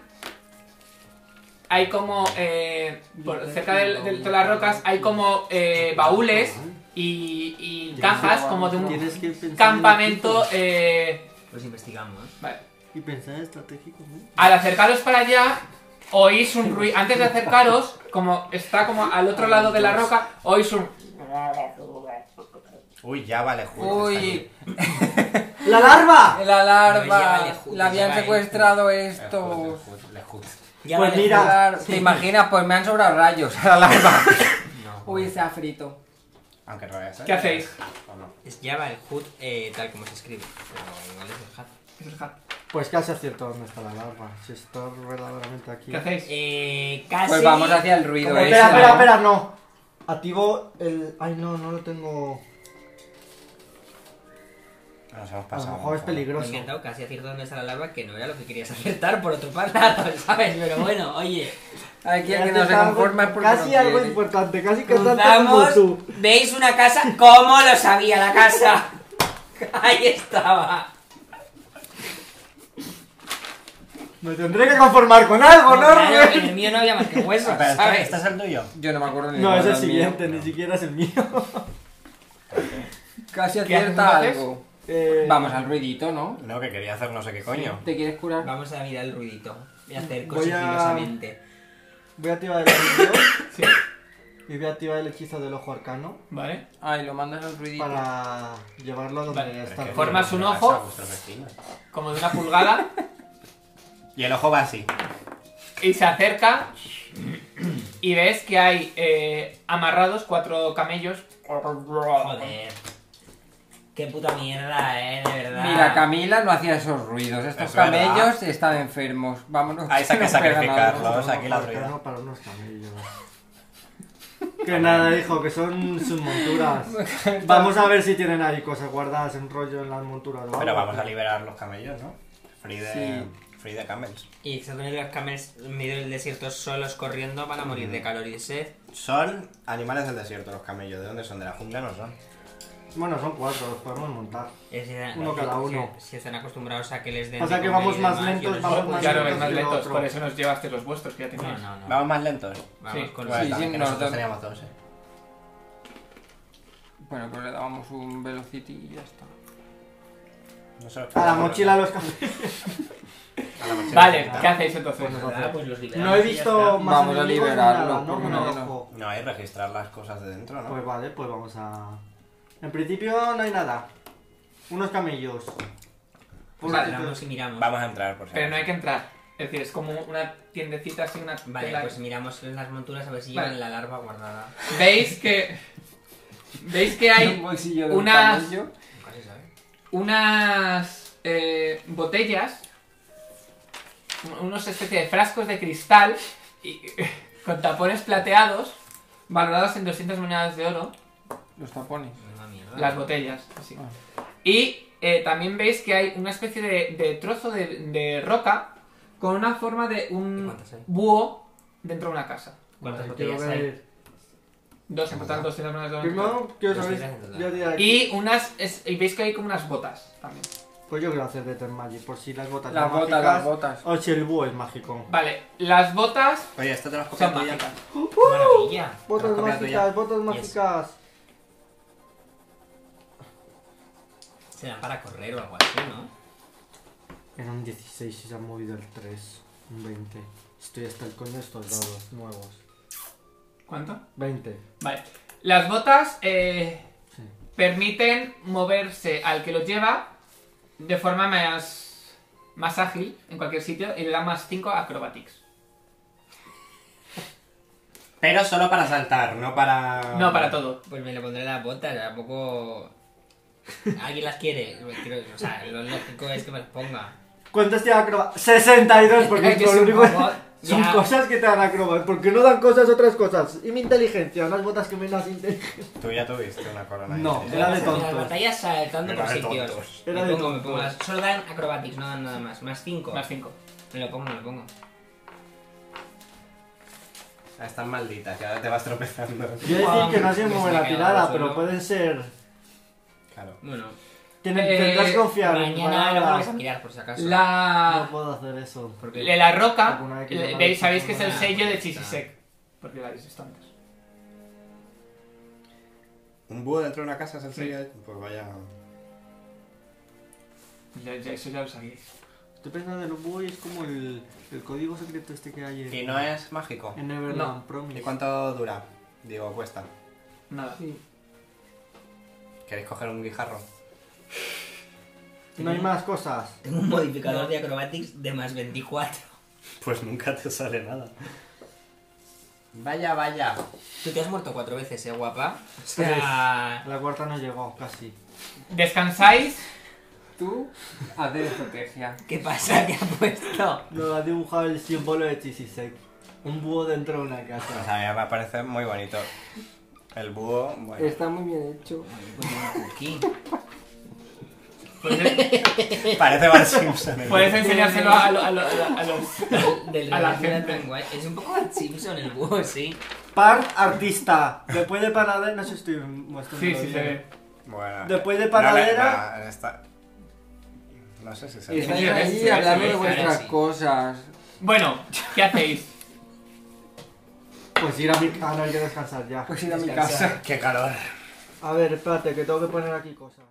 Hay como. eh, por- cerca del- de, todas las rocas hay como eh, baúles y, y cajas como de un Tienes que pensar en campamento. equipo eh, Los Pues investigamos. vale. Y pensar en estratégico, ¿no? Al acercaros para allá, oís un ruido. Antes de acercaros, como está como al otro lado de la roca, oís un. Uy, ya vale, Julio. ¡Uy! ¡La larva! La lleva larva. Alejo, La habían lleva secuestrado Está aquí. estos. Le juz- le juz. Ya Pues vale, mira. Julio. Claro, ¿Te imaginas? Pues me han sobrado rayos a la larva. Uy, se ha frito. Aunque al revés, ¿eh? ¿Qué hacéis? ¿O no? Es Java el HUD eh, tal como se escribe. Pero igual es el HUD. Pues casi acierto dónde está la larva. Si está verdaderamente aquí. ¿Qué hacéis? Eh, casi. Pues vamos hacia el ruido Espera, ese. espera, ¿no? espera, no. Activo el. Ay, no, no lo tengo. Nos hemos A lo pasado. ¿no? mejor es Me ha peligroso. encantado casi acierto dónde está la larva, que no era lo que querías acertar por otro lado, ¿sabes? Pero bueno, oye. Aquí el que Casi no se algo- conforma es porque Casi no algo quiere. importante, casi que tanto como Cruzamos, tú. veis una casa, ¿cómo lo sabía la casa? Ahí estaba. Me tendré que conformar con algo, ¡Oh, ¿no, Claro, en Rubén? el mío no había más que huesos, Espera, ¿este, ¿sabes? este es el tuyo? Yo no me acuerdo ni No, cuál es el era mío. siguiente, ni siquiera es el mío. Casi ¿Qué haces, no acierta haces? algo. Eh, Vamos al ruidito, ¿no? No, que quería hacer no sé qué coño. ¿Te quieres curar? Vamos a mirar el ruidito. Voy a hacer Voy a- sigilosamente. Voy a activar el hechizo Sí. y voy a activar el hechizo del ojo arcano Vale. Ay, lo mandas al ruidito. para llevarlo a donde Vale. está. Pero es que Formas eso un le pasa ojo. a vuestros vecinos. Como de una pulgada. Y el ojo va así. Y se acerca y ves que hay eh, amarrados cuatro camellos Joder. Qué puta mierda, eh, de verdad. Mira, Camila no hacía esos ruidos. Estos Es verdad. camellos están enfermos. Vámonos. A esa hay que nos pegan algo. sacrificarlo. Vamos Vamos aquí la para, ruina. no, para unos camellos. Que nada, hijo, que son sus monturas. Vamos a ver si tienen ahí cosas guardadas en rollo en las monturas. ¿no? Pero vamos a liberar los camellos, ¿no? Free de, Sí. free de camels. Y Estados Unidos, los camels en medio del desierto solos corriendo van a morir de calor y de sed. Son animales del desierto los camellos. ¿De dónde son? De la jungla no son. Bueno, son cuatro, los podemos montar. Es decir, Uno si- cada si- uno. Si, están acostumbrados a que les den. O sea de que comer y vamos más demás, lentos, yo no vamos sé. más Claro, vais lentos. más que lentos, otro. por eso nos llevaste los vuestros que ya No, teníais. no, no. Vamos más lentos. Vamos Sí. con Bueno, los. sí, también sí, que nosotros- nosotros teníamos dos, ¿eh? Bueno, pues le dábamos un velocity y ya está. No se los A la podemos- mochila los camellos. a la mochila. Vale, ¿qué hacéis entonces? Bueno, Ah, pues los liberamos No he y ya está. visto Vamos más a enemigos ni liberarlo, nada, ¿no? por Bueno, lo menos. ojo. No hay registrar las cosas de dentro, ¿no? Pues vale, pues vamos a... En principio no hay nada. Unos camellos. Pues Vale, entramos y miramos. Vamos a entrar, por si Pero no hay acaso. que entrar. Es decir, es como una tiendecita así, una Vale, tela. pues miramos las monturas a ver si Vale. llevan la larva guardada. Veis que. Veis que hay Un bolsillo de un unas- camello. Nunca se sabe. unas eh, botellas, un- unos especie de frascos de cristal y, con tapones plateados, valorados en 200 monedas de oro, Los tapones. Menuda mierda. las botellas. así. Ah. Y eh, también veis que hay una especie de, de trozo de, de roca con una forma de ¿Y un cuántas hay? búho dentro de una casa. ¿Cuántas Vale, botellas quiero hay? ver- Dos en total, 200 monedas de oro. en total. Primero quiero Los saber... tienes en total. yo diría- Y unas es- y veis que hay como unas botas también. Pues yo quiero hacer de Ten Magic, por si las botas Las son botas, mágicas, las botas. O si el búho es mágico. Vale, las botas Oye, esto te lo has son copiado tú ya. mágicas. Maravilla. ¡Uh! Botas Pero copia tuya. mágicas, botas mágicas. Se dan para correr o algo así, ¿no? Era un 16 y se ha movido el 3. Un 20. Estoy hasta el coño de estos dados nuevos. ¿Cuánto? 20. Vale. Las botas eh, Sí. permiten moverse al que lo lleva de forma más, más ágil en cualquier sitio y le da más 5 acrobatics. Pero solo para saltar, no Ah, para... No, para todo. Pues me le pondré las botas, tampoco. ¿Alguien las quiere? Creo- o sea, lo lógico es que me las ponga. ¿Cuántas tiene acrobat? 62, porque Es que es lo es un único. robot, Son ya. cosas que te dan acrobat. ¿Por qué no dan cosas otras cosas? Y mi inteligencia, unas botas que me das inteligencia. Tú ya tuviste una corona. No, ahí. era de Las tontos. batallas saltando Era por de sitios. tontos. Era Me de pongo, me pongo tontos. las- Solo dan acrobatics, no dan nada más. Más 5. Más 5. Me lo pongo, me lo pongo. Ah, Están malditas, ya te vas tropezando. Quiero decir que no se Me mueve la está quedando tirada, solo. pero pueden ser. Claro. Bueno, Tienen, Eh, tendrás que confiar en mi mañana lo palabra. vuelves a mirar por si acaso. No La, puedo hacer eso. Porque la, la roca, Alguna vez que le- yo veis, la- sabéis que es el Ah, sello de está. Chisisek. Porque la habéis visto antes. Un búho dentro de una casa es el sello de... Pues vaya... Ya- ya- eso ya lo sabíais. Estoy pensando en un búho y es como el, el código secreto este que hay en, Y no es mágico. en Neverland ¿Y Promise. cuánto dura? Digo, cuesta. Nada. ¿Queréis coger un guijarro? No hay más cosas. Tengo un modificador de acrobatics de más 24. Pues nunca te sale nada. Vaya, vaya. Tú te has muerto cuatro veces, eh, guapa. O sea. La cuarta no llegó, casi. Descansáis. Tú haces estrategia. ¿Qué pasa? ¿Qué ha puesto? Nos ha dibujado el símbolo de Chisisek. Un búho dentro de una O casa. sea, me parece muy bonito. El búho, bueno. Está muy bien hecho. Pues un cookie. Puedes, Este- Parece Bart Simpson. el puedes búho. enseñárselo a, lo- a lo- a lo- a los. Del A la reloj era gente. tan guay. Es un poco Bart Simpson el búho, sí. Par artista. Después de panadera, no sé si estoy mostrando. Sí, sí, bien. se ve. Bueno. Después de No le- panadera- no, está- No sé si se ve. Estáis Sí, sí, sí, ahí hablando ¿eh? sí, de sí, vuestras sí. cosas. Bueno, ¿qué hacéis? Pues ir a mi. Ah, no, hay que descansar ya. Pues ir a mi casa. Qué calor. A ver, espérate, que tengo que poner aquí cosas.